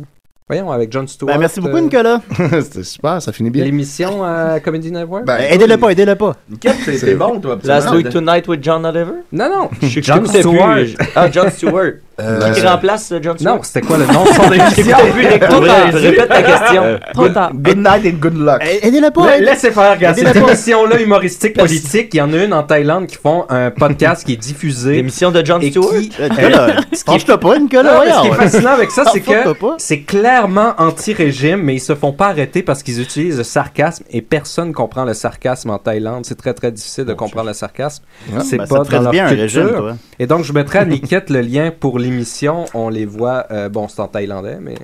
G: Voyons, avec Jon Stewart.
C: Ben, merci beaucoup,
G: euh,
C: Nicolas.
E: C'était super, ça finit bien.
G: L'émission à Comedy Network
C: Ben, aidez-le pas, aidez-le pas.
G: t'es-
C: C'est-
G: t'es bon, toi,
D: Last
G: absolument.
D: Week Tonight with John Oliver?
G: Non, non.
D: Je
G: Jon
D: John Stewart.
G: Stewart.
D: Ah, John Stewart.
G: Euh,
D: Qui remplace euh, John Stewart?
G: Non, c'était quoi le nom de son émission?
D: J'écoutais plus Recto,
G: Pour vrai,
D: t'as- répète ta question.
G: Good-
C: Good night and good luck. Aidez-le Eh, pas.
G: La- Laissez faire, gars.
C: Aidez-le
G: Cette
C: pas.
G: émission-là humoristique, politique, il y en a une en Thaïlande qui font un podcast qui est diffusé. euh, L'émission
D: de John
G: Stewart?
C: Euh, Nicolas, penche-toi pas, Nicolas,
G: Ce qui est
C: voyons.
G: fascinant avec ça, c'est que
C: Penche-toi pas.
G: c'est clairement anti-régime, mais ils se font pas arrêter parce qu'ils utilisent le sarcasme et personne comprend le sarcasme en Thaïlande. C'est très, très difficile de comprendre le sarcasme.
C: Ouais.
G: C'est
C: Ben, ça
G: pas
C: te traite
G: dans leur
C: bien, un
G: culture.
C: régime, toi.
G: Et donc, je mettrai à Niket le lien pour l'émission. On les voit, euh, bon, c'est en thaïlandais, mais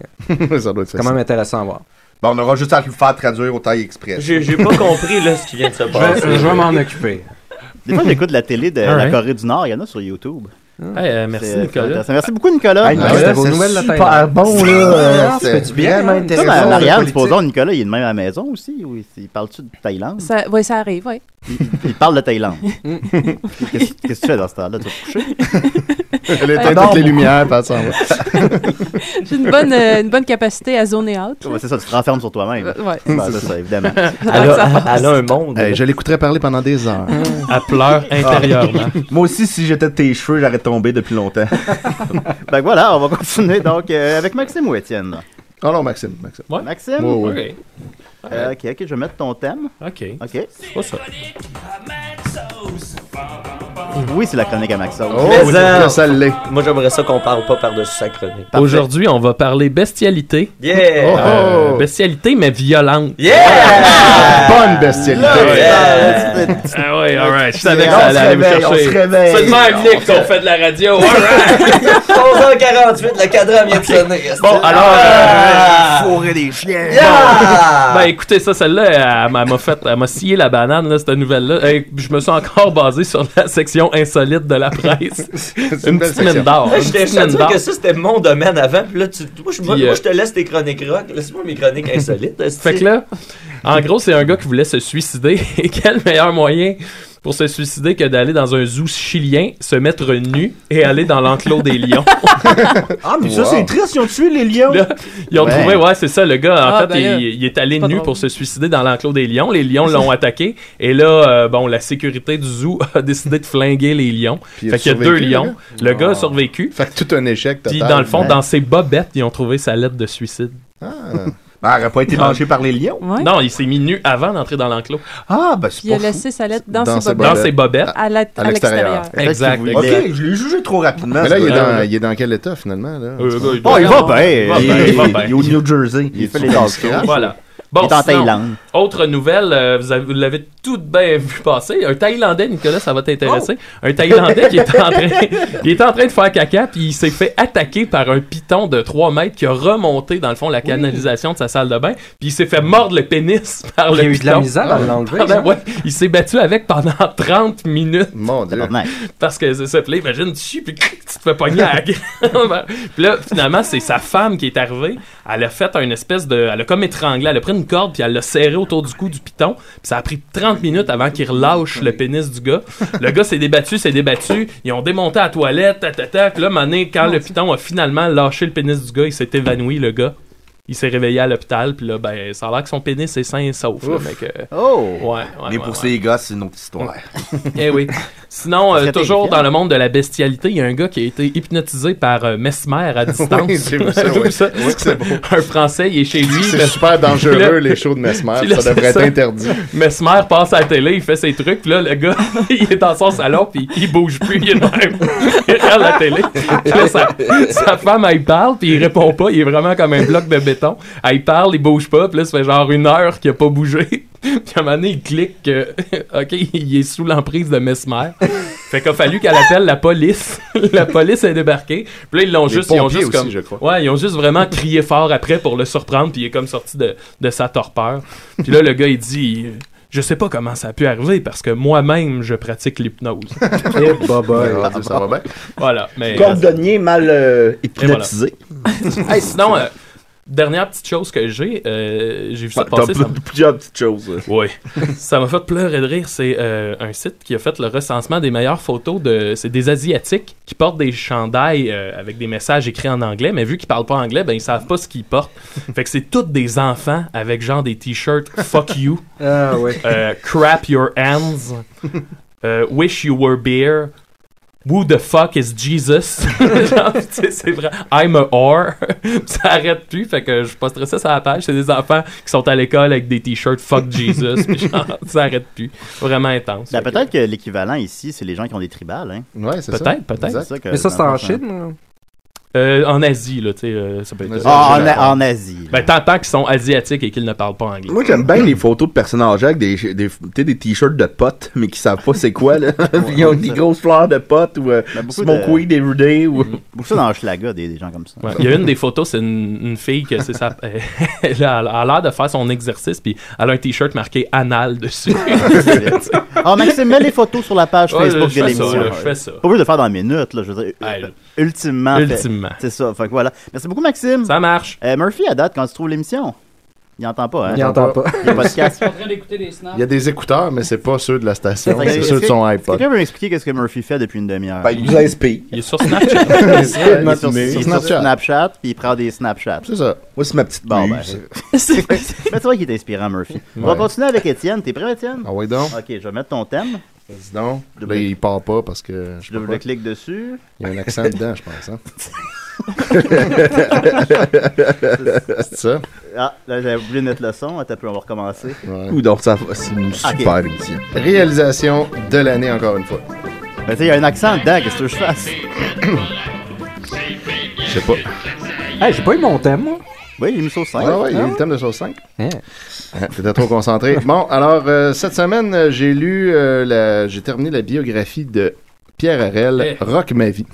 E: ça doit être
G: c'est quand même intéressant à voir.
L: Bon, on aura juste à le faire traduire au taille express.
G: J'ai- j'ai pas compris,
D: là, ce qui vient de se
G: Je vais- passer. je vais m'en occuper.
C: Des fois, j'écoute la télé de la
G: Alright.
C: Corée du Nord, il y en a sur YouTube.
F: Hey, euh, merci,
C: C'est- c'est
F: Nicolas.
C: intéressant. Merci beaucoup, Nicolas.
F: Hey, Nicolas, Ah ouais, c'était vos
C: c'est
F: nouvelles, la
C: super
F: Thaïlande.
C: bon,
F: Ouais,
C: là.
F: ça fait du bien, hein.
C: intéressant.
F: Ça,
C: Toi,
F: la
C: Marianne,
F: politique.
C: supposons, Nicolas, il est de même à la maison aussi. ou il- Il parle-tu de Thaïlande?
I: Ça, oui, ça arrive, oui.
C: Il parle de Thaïlande.
F: Mm.
C: Qu'est-ce qu'est-ce que tu fais dans ce temps-là? Tu vas te coucher?
E: Elle
I: éteint
E: éteint
I: Adore,
E: toutes les
I: moi.
E: lumières, pas ça.
I: J'ai une bonne, euh, une bonne capacité à zoner out.
C: Ouais, c'est ça, tu te renfermes sur toi-même.
I: Euh, ouais.
C: Ben, ça, ça, évidemment.
F: Ah,
D: monde.
E: je l'écouterais parler pendant des heures.
F: Elle pleure intérieurement.
L: Moi aussi, si j'étais de tes cheveux, j'aurais tombé depuis longtemps.
C: Ben voilà, on va continuer donc euh, avec Maxime ou Étienne.
E: Oh non, Maxime. Maxime.
C: Maxime?
E: Ouais, ouais.
C: Euh, ok, ok, je vais mettre ton thème.
F: Ok.
C: Ok.
F: pas ça.
C: Oui, c'est la chronique à Maxime.
G: Oh,
F: Oh,
D: Moi, j'aimerais ça qu'on parle pas par-dessus sa chronique.
F: Aujourd'hui, on va parler bestialité.
D: Yeah! Oh,
F: Euh,
D: oh.
F: bestialité, mais violente.
D: Yeah!
E: Bonne bestialité.
F: Ah ouais, alright. Je savais
D: On
F: que ça
D: se
F: allait aller me
D: réveille, on
F: chercher.
D: se réveille.
F: Seulement un
D: On
F: clic
D: se
F: qu'on fait de la radio. alright.
D: 11h48, le cadran vient de sonner. Ah!
F: Bon, alors, euh,
C: Fourrer des chiens.
F: Ben écoutez ça, celle-là, elle, m'a- elle m'a fait, elle m'a scié la banane là, cette nouvelle-là. Et je me suis encore basé sur la section insolite de la presse. une, petite mine d'or.
D: Moi,
F: une
D: J'étais
F: petite mine
D: sûr
F: d'or.
D: que ça, c'était mon domaine avant. Puis là, tu, moi, je, moi,
F: Puis, euh,
D: moi, je te laisse tes chroniques rock. Laisse-moi mes chroniques insolites. est-ce
F: Fait que là, en gros, c'est un gars qui voulait se suicider. Et quel meilleur moyen pour se suicider que d'aller dans un zoo chilien, se mettre nu et aller dans l'enclos des lions.
B: Ah, mais ça, c'est triste, ils ont tué les lions.
F: Ils ont
B: Ouais.
F: trouvé, ouais, c'est ça, le gars. En
B: Ah,
F: fait,
B: ben là,
F: il, il est allé
B: c'est pas
F: nu
B: drôle.
F: pour se suicider dans l'enclos des lions. Les lions l'ont attaqué. Et là, euh, bon, la sécurité du zoo a décidé de flinguer les lions.
E: Puis il a
F: fait qu'il y a deux
E: survécu, le
F: lions.
E: gars?
F: Le gars
E: Ah.
F: a survécu.
E: Fait que tout un échec
F: Puis,
E: total.
F: dans le fond,
E: Ouais. Ah.
F: dans ses bobettes, ils ont trouvé sa lettre de suicide. Ah.
L: Ben, elle aurait pas été mangée par les lions.
F: Non, il s'est mis nu avant d'entrer dans l'enclos.
L: Ah, ben
I: Puis il a laissé sa lettre dans, ses
F: Dans ses
I: bobettes.
F: bobettes. Dans ses bobettes.
I: À la- à l'extérieur.
F: Exact.
L: Ok, je l'ai jugé trop rapidement.
E: Mais là, il est,
L: c'est
E: dans,
L: vrai.
E: il est dans quel état finalement là?
L: Euh, le gars, il
C: Oh, il va bien.
E: Il va bien, il va
C: bien.
L: Il est au New Jersey.
C: Il fait
E: sur
C: les
E: le
C: danses.
E: scratch.
F: Voilà.
C: Il est en
F: sinon,
C: Thaïlande.
F: Autre nouvelle, euh, vous, avez- vous l'avez tout bien vu passer. Un Thaïlandais, Nicolas, ça va t'intéresser.
C: Oh!
F: Un Thaïlandais qui est en train, il est en train de faire caca, puis il s'est fait attaquer par un piton de 3 mètres qui a remonté, dans le fond, la canalisation de sa salle de bain, puis il s'est fait mordre le pénis par
G: Il
F: le
G: y a eu de la
F: piton.
G: misère à l'enlever,
F: Pendant-
G: hein?
F: ouais, il s'est battu avec pendant 30 minutes.
E: Mon Dieu.
F: Parce que c'est ça, puis là, imagine, tu chies, puis tu te fais pogner à la gueule. Puis là, finalement, c'est sa femme qui est arrivée. Elle a fait une espèce de. Elle a comme étranglé, elle a pris une corde, puis elle l'a serré autour du cou du piton. Puis ça a pris 30 minutes avant qu'il relâche le pénis du gars. Le gars s'est débattu, s'est débattu. Ils ont démonté la toilette, ta, ta, ta. Puis là, mané, quand le piton a finalement lâché le pénis du gars, il s'est évanoui, le gars. Il s'est réveillé à l'hôpital, puis là, ben, ça a l'air que son pénis est sain et sauf. là,
L: Ouf.
F: mec, euh,
C: Oh!
F: Ouais, ouais,
L: Mais
F: ouais,
L: pour
F: ouais.
L: ces gars, c'est une autre histoire.
F: Eh oui. Sinon, euh,
L: serait
F: toujours
L: terrifiant.
F: dans le monde de la bestialité, il y a un gars qui a été hypnotisé par euh, Mesmer à distance.
E: Oui, j'ai vu ça,
F: J'ai vu
E: oui.
F: ça.
E: Oui, c'est bon.
F: Un Français, il est chez lui.
E: C'est
F: ben-
E: super dangereux,
F: Puis là-
E: les shows de Mesmer.
F: Puis là,
E: Ça devrait
F: c'est
E: être interdit.
F: Mesmer passe à la télé, il fait ses trucs, puis là, le gars, il est dans son salon, puis il bouge plus, il est de même. Il regarde la télé. Puis là, sa, sa femme, elle parle, puis il répond pas, il est vraiment comme un bloc de béton. Elle parle, il bouge pas, puis là, ça fait genre une heure qu'il a pas bougé. Puis à un moment donné, il clique que, OK, il est sous l'emprise de Mesmer. fait qu'il a fallu qu'elle appelle la police. la police est débarquée. Puis là, ils l'ont
E: Les
F: juste. Ils ont
E: pompiers
F: juste
E: aussi,
F: comme.
E: je crois.
F: Ouais, ils ont juste vraiment crié fort après pour le surprendre. Puis il est comme sorti de, de sa torpeur. Puis là, le gars, il dit. Je sais pas comment ça a pu arriver parce que moi-même je pratique l'hypnose.
B: Eh, boboy.
E: Ah, ça va bien.
F: Voilà, mais
B: Cordonnier mal euh,
F: Et voilà.
B: hypnotisé.
F: Hey, sinon, euh, dernière petite chose que j'ai, euh, j'ai vu ça
B: Ah,
L: Ouais,
F: passer.
L: t'as pl-
F: plusieurs petites choses. Oui. ça m'a fait pleurer de rire. C'est euh, un site qui a fait le recensement des meilleures photos de. C'est des Asiatiques qui portent des chandails euh, avec des messages écrits en anglais, mais vu qu'ils parlent pas anglais, ben ils savent pas ce qu'ils portent. fait que c'est toutes des enfants avec genre des t-shirts fuck you,
G: Ah ouais.
F: euh, crap your hands, euh, wish you were beer. Who the fuck is Jesus? Genre, tu sais, c'est vrai. I'm a whore. ça arrête plus. Fait que je posterai ça sur la page. C'est des enfants qui sont à l'école avec des t-shirts fuck Jesus. puis genre, ça arrête plus. Vraiment intense.
C: Ben,
F: Fait que-
C: peut-être que l'équivalent ici, c'est les gens qui ont des tribales. Hein.
E: Ouais,
F: c'est ça. Peut-être, peut-être.
C: que-
F: Mais ça, c'est en Chine, Euh, en Asie, là, tu sais, euh, ça peut être.
C: Ah, en A- en Asie,
F: Ben, tant, tant qu'ils sont asiatiques et qu'ils ne parlent pas anglais.
L: Moi, j'aime bien les photos de personnes âgées avec des, des, tu sais, des t-shirts de potes, mais qui savent pas c'est quoi. Là. Ils ont des grosses fleurs de potes ou euh,
C: beaucoup
L: smoke
C: de-
L: weed everyday. Ou...
C: Beaucoup ça dans Schlaga, des, des gens comme ça.
F: Ouais. Il y a une des photos, c'est une, une fille que c'est ça. Elle a, elle a l'air de faire son exercice, puis elle a un t-shirt marqué anal dessus.
C: Ah, Maxime, mets les photos sur la page
F: Ouais,
C: Facebook de
F: je fais
C: l'émission.
F: ça, là, je fais ça.
C: Pas obligé de le faire dans la minute, là. Je veux dire, euh, ultimement. fait-
F: ultimement.
C: C'est ça. Fait que voilà. Merci beaucoup, Maxime. Euh,
F: Ça marche.
C: Murphy, à date, quand tu trouves l'émission, il entend pas, hein.
E: Il entend pas.
C: Il y a pas de casque.
N: Je suis en train d'écouter des snaps.
E: Il y a des écouteurs, mais c'est pas ceux de la station,
C: Est-ce
E: c'est
C: que-
E: ceux de son iPod.
C: Quelqu'un peut m'expliquer qu'est-ce que Murphy fait depuis une demi-heure?
E: Ben, il nous inspire.
F: Il est sur
E: Snapchat.
C: il est sur,
E: Il est sur
C: il est sur
E: Snapchat.
C: Snapchat, puis il prend des Snapchats.
E: C'est ça.
L: Moi, c'est ma petite
C: bon, ben,
E: muse.
C: c'est mais c'est vrai qu'il est inspirant, Murphy. On va
E: Ouais.
C: continuer avec Étienne. T'es prêt, Étienne?
E: Ah oui, donc.
C: Ok, je vais mettre ton thème.
E: Dis donc. Là, Ben, il part pas parce que. Je
C: Je double clique dessus.
E: Il y a un accent dedans, je pense. hein.
C: C'est
E: c'est ça?
C: Ah, là, j'avais oublié de mettre le son. Attends, un peu, on va recommencer.
L: Ou donc, ça va- c'est une
C: Ok.
L: super émission.
E: Réalisation de l'année, encore une fois.
C: Ben, tu sais, il y a un accent dedans. Qu'est-ce que je fasse?
E: Je sais pas.
G: Hey, j'ai pas eu mon thème, moi.
C: Oui, il est mis sur 5.
E: Ah ouais, il y a eu le thème de sauce 5. Ah, T'étais trop concentré. Bon, alors, euh, cette semaine, euh, j'ai lu, euh, la... j'ai terminé la biographie de Pierre Harel,
F: Eh.
E: Rock ma vie.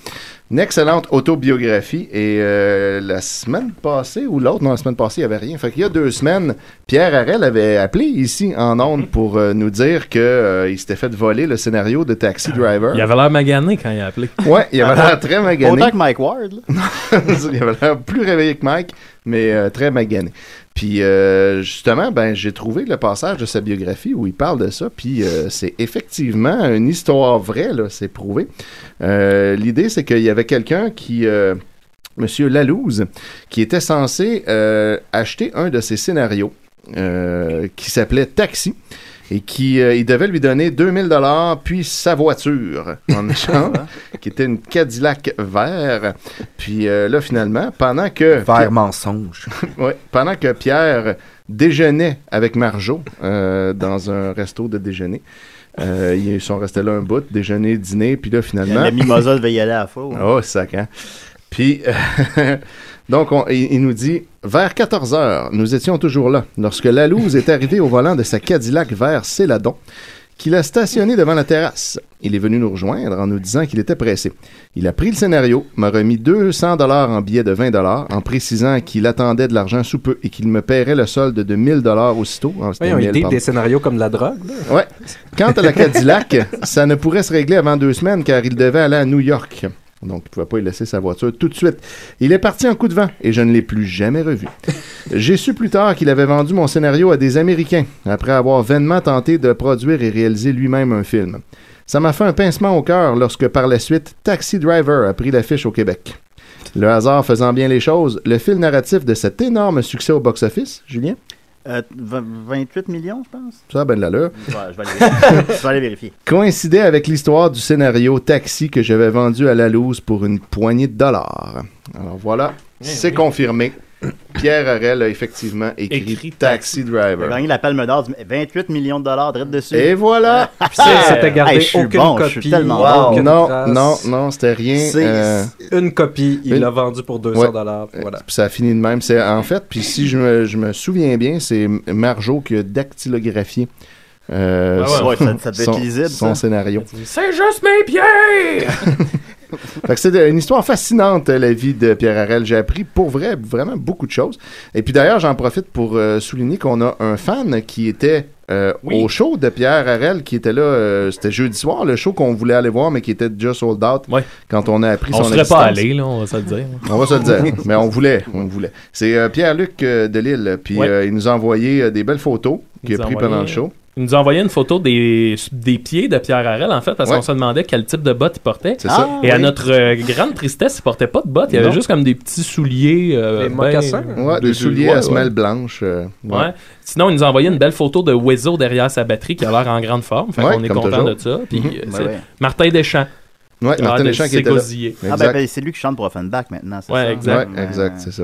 E: Une excellente autobiographie. Et euh, la semaine passée, ou l'autre, non, la semaine passée, il n'y avait rien. Fait qu'il y a deux semaines, Pierre Harel avait appelé ici en ondes pour euh, nous dire qu'il s'était fait voler le scénario de Taxi Driver.
F: Ah, Il avait l'air magané quand il a appelé.
E: Ouais, il avait l'air très magané.
C: Autant que Mike Ward. là.
E: il avait l'air plus réveillé que Mike, mais euh, très magané. Puis euh, justement, ben j'ai trouvé le passage de sa biographie où il parle de ça. Puis euh, c'est effectivement une histoire vraie, là, c'est prouvé. Euh, L'idée, c'est qu'il y avait quelqu'un qui euh, Monsieur Lalouse, qui était censé euh, acheter un de ses scénarios euh, qui s'appelait Taxi et qui euh, il devait lui donner 2000 dollars puis sa voiture en échange, qui était une Cadillac vert. Puis euh, là finalement, pendant que
B: Faire mensonge.
E: Ouais, pendant que Pierre déjeunait avec Marjo euh, dans un resto de déjeuner, euh, ils sont restés là un bout, déjeuner, dîner, puis là finalement.
C: La mimosa devait y aller à la fois.
E: Oh, sac, hein? Puis, euh, donc, on- il, il nous dit Vers 14 heures, nous étions toujours là, lorsque Lalouse est arrivé au volant de sa Cadillac vert Céladon, qu'il a stationné devant la terrasse. Il est venu nous rejoindre en nous disant qu'il était pressé. Il a pris le scénario, m'a remis 200 dollars en billets de 20 dollars, en précisant qu'il attendait de l'argent sous peu et qu'il me paierait le solde de 1000 dollars aussitôt. Ah, c'était
G: Ils ont
E: 1000,
G: idée
E: pardon.
G: des scénarios comme de la drogue. là.
E: Ouais. Quant à la Cadillac, ça ne pourrait se régler avant deux semaines car il devait aller à New York. Donc, il ne pouvait pas y laisser sa voiture tout de suite. Il est parti en coup de vent et je ne l'ai plus jamais revu. J'ai su plus tard qu'il avait vendu mon scénario à des Américains après avoir vainement tenté de produire et réaliser lui-même un film. Ça m'a fait un pincement au cœur lorsque par la suite Taxi Driver a pris l'affiche au Québec. Le hasard faisant bien les choses, le fil narratif de cet énorme succès au box-office, Julien,
C: Euh, vingt- 28 millions, je pense.
E: ça a ben de l'allure.
C: Ouais, je vais aller vérifier. Je vais aller vérifier.
E: coïncidait avec l'histoire du scénario Taxi
C: Eh
E: que j'avais vendu à la loose pour une poignée de dollars. Alors voilà, c'est confirmé. Pierre Harel a effectivement écrit, Taxi
C: Il a
E: Driver.
C: gagné la palme d'or du 28 millions de dollars direct dessus. Ah,
E: Et voilà!
C: Puis c'est- c'était gardé
E: Hey, je suis
C: aucune
E: je suis
C: copie,
E: tellement
C: wow.
E: bon.
C: aucune
E: Non,
C: trace.
E: non, non, c'était rien.
G: C'est
C: euh,
G: une copie, il
E: une-
G: l'a vendue pour 200
E: Ouais.
G: dollars. Voilà.
E: Puis Ça a fini de même. C'est en fait, puis si je me, je me souviens bien, c'est Marjo qui a dactylographié. euh,
C: Ah ouais, ouais, ça- ça devait être
E: son,
C: lisible,
E: son
C: ça.
E: scénario.
F: C'est juste mes pieds!
E: Fait que c'est de- une histoire fascinante, euh, la vie de Pierre Harel. J'ai appris pour vrai, vraiment beaucoup de choses. Et puis d'ailleurs, j'en profite pour euh, souligner qu'on a un fan qui était euh, au show de Pierre Harel, qui était là, euh, c'était jeudi soir, le show qu'on voulait aller voir, mais qui était déjà sold out quand on a appris son
F: On serait pas
E: existence.
F: allé, là, on va se le dire.
E: On va se le dire, mais on voulait, on voulait. C'est euh, Pierre-Luc euh, Delille, puis
F: Ouais.
E: euh, il nous a envoyé euh, des belles photos qu'il
F: nous
E: a prises
F: envoyé-
E: pendant le show.
F: Il nous a envoyé une photo des, des pieds de Pierre Harel, en fait, parce qu'on se demandait quel type de bottes il portait.
E: C'est ça.
F: Et
E: Ah,
F: à
E: oui.
F: notre euh, grande tristesse, il portait pas de bottes. Il avait
E: Non.
F: juste comme des petits souliers. euh, ben,
E: Ouais,
F: de-
E: des
F: de-
E: souliers
F: ouais,
E: à semelle
F: ouais.
E: blanche. euh, ouais.
F: Ouais. Sinon, il nous a envoyé une belle photo de Wezo derrière sa batterie qui a l'air en grande forme. Fait
E: Ouais,
F: qu'on est
E: comme
F: content
E: toujours.
F: de ça. Puis,
E: Mhm.
F: euh,
E: Ben
F: c'est
E: ouais.
F: Martin Deschamps.
E: Ouais,
F: qui
E: Martin
F: a l'air de
E: Deschamps qui était là.
F: s'égosiller.
C: Ah, ben,
E: Exact.
C: ben, c'est lui qui chante pour Offenbach maintenant, c'est
F: Ouais,
C: ça?
E: Exact. exact, c'est ça.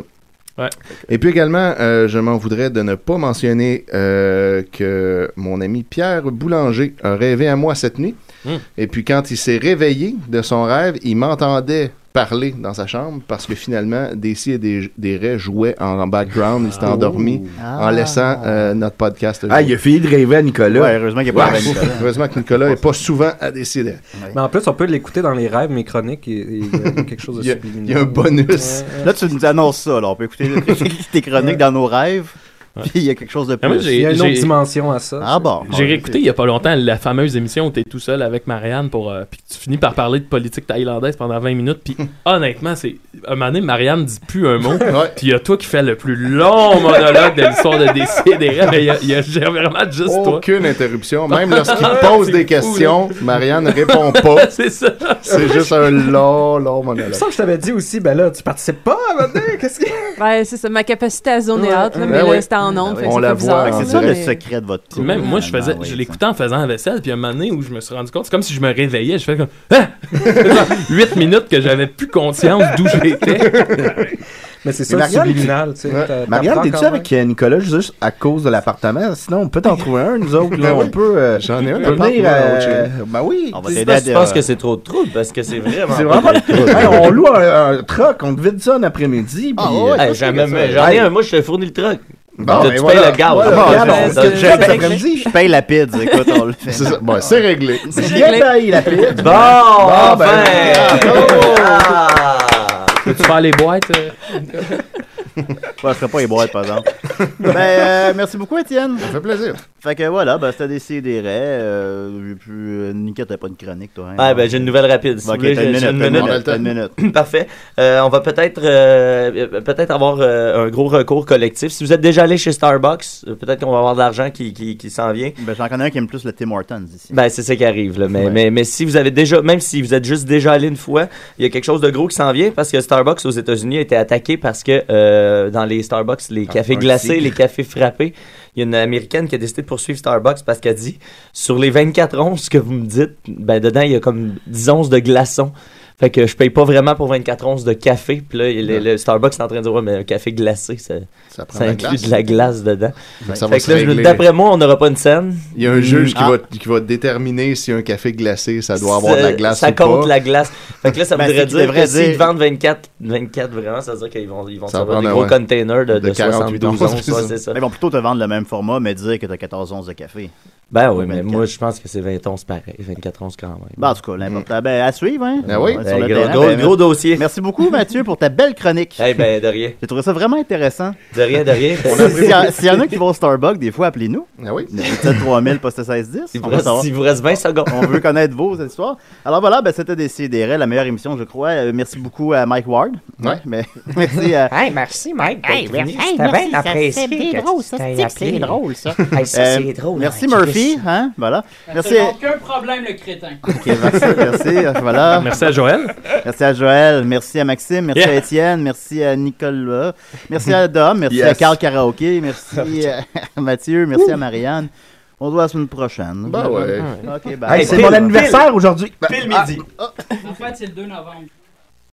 E: Et puis également, euh, je m'en voudrais de ne pas mentionner euh, que mon ami Pierre Boulanger a rêvé à moi cette nuit.
F: Mm.
E: Et puis quand il s'est réveillé de son rêve, il m'entendait parler dans sa chambre parce que finalement, Desi et des, des Raies jouaient en, en background. Il s'est endormi en laissant euh, notre podcast.
G: Ah, il a
E: fini de rêver à Nicolas.
G: Ouais, heureusement qu'il a pas rêvé à Nicolas.
E: heureusement que Nicolas n'est pas souvent à décider.
G: Mais en plus, on peut l'écouter dans les rêves, mes chroniques, et, et, euh, quelque chose de
C: Il y a-
G: subliminal.
C: il y a un bonus.
G: Ouais, ouais.
C: Là, tu nous annonces ça, là. On peut écouter tes chroniques dans nos rêves. Puis il y a quelque chose de
F: Ah,
C: plus.
F: moi, j'ai- j'ai-
C: Ah bon.
F: J'ai réécouté il y a pas longtemps la fameuse émission où t'es tout seul avec Marianne pour euh, puis tu finis par parler de politique thaïlandaise pendant 20 minutes puis honnêtement c'est un moment donné Marianne dit plus un mot puis il y a toi qui fais le plus long monologue de l'histoire de DCDR mais il y a- il y, a j'ai vraiment juste toi Ah,
E: Aucune interruption. Même lorsqu'il pose des
F: C'est fou, là.
E: questions, Marianne ne répond pas.
F: c'est ça.
E: C'est juste un long, long
G: Il me
E: monologue.
G: semble que je t'avais dit aussi, ben là, tu participes pas à ma qu'est-ce que.
I: Ouais, c'est ça, ma capacité à zoner out, là,
F: Ben
I: mais
F: oui.
I: là, c'était en ondes. fait que
F: On
I: c'est
F: la
I: pas bizarre,
F: voit, hein.
I: là,
F: c'est ça, le
I: mais-
C: secret de votre
F: Puis même moi je faisais je l'écoutais en faisant la vaisselle puis un moment donné où je me suis rendu compte c'est comme si je me réveillais je fais comme ah! 8 minutes que j'avais plus conscience d'où j'étais
G: Mais c'est
F: ça,
B: Marianne,
G: subliminal, tu sais,
B: Ouais.
G: t'as-
B: Marianne,
G: t'apprends
B: t'es-tu
G: quand
B: avec euh, Nicolas juste à cause de l'appartement? Sinon, on peut t'en trouver un, nous autres. là.
C: Ben
B: on
C: oui.
B: peut. euh,
C: J'en ai un,
B: on
C: un
B: peut venir.
C: appartement,
B: euh,
C: Rothschild.
B: Ben oui.
C: On va
B: C'est
C: t'aider
B: pas-
C: à
B: c'est
H: Je
B: pas
H: pense
B: ce
H: que c'est trop de trouble parce que c'est vraiment.
B: C'est vraiment pas Hey, on loue un, un truck, on te vide ça un après-midi.
H: Ah
B: puis,
H: ouais,
B: euh,
H: hey, jamais, mais j'en ai un, moi je te fournis le truc.
E: Bon,
H: tu
E: ben
H: tu
E: voilà.
H: payes le gaz.
E: Voilà,
H: Ah, Bon,
E: regarde,
H: je-
E: on se
H: je-
E: jette
H: je-
E: l'après-midi.
H: je paye la pide, écoute, on le fait.
E: C'est ça. Bon, c'est réglé.
B: C'est bien payé la pide.
H: Bon,
B: Ah, ben,
F: Ah! Peux-tu faire les boîtes euh?
C: Ouais, je ferais pas les boîtes, par exemple. ben, euh, merci beaucoup, Étienne. Ça
E: fait plaisir.
C: Fait que voilà, ben, c'était des sidérés. Euh, j'ai pu. euh, Nicolas, t'as pas une chronique, toi. hein?
H: Ah, ben, j'ai une nouvelle rapide. Si
C: Ok,
H: vous voulez,
C: t'as une
H: j'ai- j'ai
C: minute, t'as une minute, t'as une minute.
H: Parfait. Euh, on va peut-être euh, peut-être avoir euh, un gros recours collectif. Si vous êtes déjà allé chez Starbucks, euh, peut-être qu'on va avoir de l'argent qui, qui, qui s'en vient.
C: Ben, j'en connais un qui aime plus le Tim Hortons ici.
H: Ben, c'est ça qui arrive. Là. Mais,
C: Ouais.
H: mais, mais si vous avez déjà, même si vous êtes juste déjà allé une fois, il y a quelque chose de gros qui s'en vient parce que Starbucks aux États-Unis a été attaqué parce que euh, dans les Starbucks, les cafés
D: un
H: glacés,
D: tigre.
H: les cafés frappés, il y a une américaine qui a décidé de poursuivre Starbucks parce qu'elle dit sur les 24 onces que vous me dites, ben dedans, il y a comme 10 onces de glaçons. Fait que je paye pas vraiment pour 24 onces de café. Puis là, il- le, le Starbucks est en train de dire Ouais, mais un café glacé, ça, ça,
E: prend de la
H: inclut
E: glace.
H: de la glace dedans.
E: Donc, ça va
H: fait
E: se
H: que là, je me-
E: régler.
H: d'après moi, on n'aura pas une scène.
E: Il y a un juge qui,
H: Ah.
E: va, qui va déterminer si un café glacé, ça doit avoir de
H: Ça-
E: la glace
H: Ça
E: ou
H: compte
E: pas.
H: la glace. Fait que là, ça
E: Ben,
H: voudrait
E: c'est qu'ils
H: dire que
E: devraient
H: s'ils
E: dire-
H: vendent 24, 24 vraiment, ça veut dire qu'ils vont, ils vont
C: Ça
H: avoir
C: va
H: des
C: prendre,
H: gros
C: ouais.
H: containers de, de
C: 48
H: 72
C: onces,
H: onces. ouais, c'est ça.
C: Ils vont plutôt te vendre le même format, mais dire que t'as 14 onces de café.
H: Ben oui, mais moi, je pense que c'est 20 onces pareil, 24 onces quand même.
C: Ben, en tout cas, l'important. Ben, à suivre, hein?
H: Ben oui.
C: Sur
H: Ben,
C: le
H: gros-
C: terrain,
H: gros- gros
C: dossier. Merci beaucoup, Mathieu, pour ta belle chronique.
H: Eh ben, de rien.
C: J'ai trouvé ça vraiment intéressant.
H: De rien, de rien.
C: S'il y a- s'il y en a qui vont au Starbucks, des fois, appelez-nous.
E: Ah oui.
C: 3000 poste 1610.
H: Il vous
C: On veut
H: reste-
C: savoir.
H: il vous reste 20 secondes.
C: On veut connaître vos histoires. Alors voilà, ben, c'était des CDR, la meilleure émission, je crois. Euh, merci beaucoup à Mike Ward.
E: Ouais.
C: Mais, merci
D: euh,
C: à.
O: Hey, merci, Mike. d'être
P: Hey,
O: venu.
P: merci,
O: C'était
P: merci,
O: bien
P: ça,
O: apprécié
P: c'est bien
O: que tu
P: drôle, ça,
O: t'aies
P: c'est-tu que c'est
O: appelé.
P: drôle, ça?
O: Hey, ça,
C: Euh,
O: c'est drôle.
C: Merci
O: hein,
C: Murphy,
O: Chris.
C: hein? Voilà. Merci.
N: Merci. Aucun problème, le crétin.
C: Ok, merci, merci, euh, voilà.
F: Merci à Joël.
C: Merci à Joël, merci à Maxime, merci
F: Yeah.
C: à Étienne, merci à Nicolas, merci à Dom, merci
F: Yes.
C: à Carl Karaoké, merci à Mathieu, merci à Marianne. On se voit la semaine prochaine.
E: Ben ouais.
C: Ok,
E: Hey,
C: bye.
E: c'est mon anniversaire
B: aujourd'hui.
N: En fait, c'est le 2 novembre.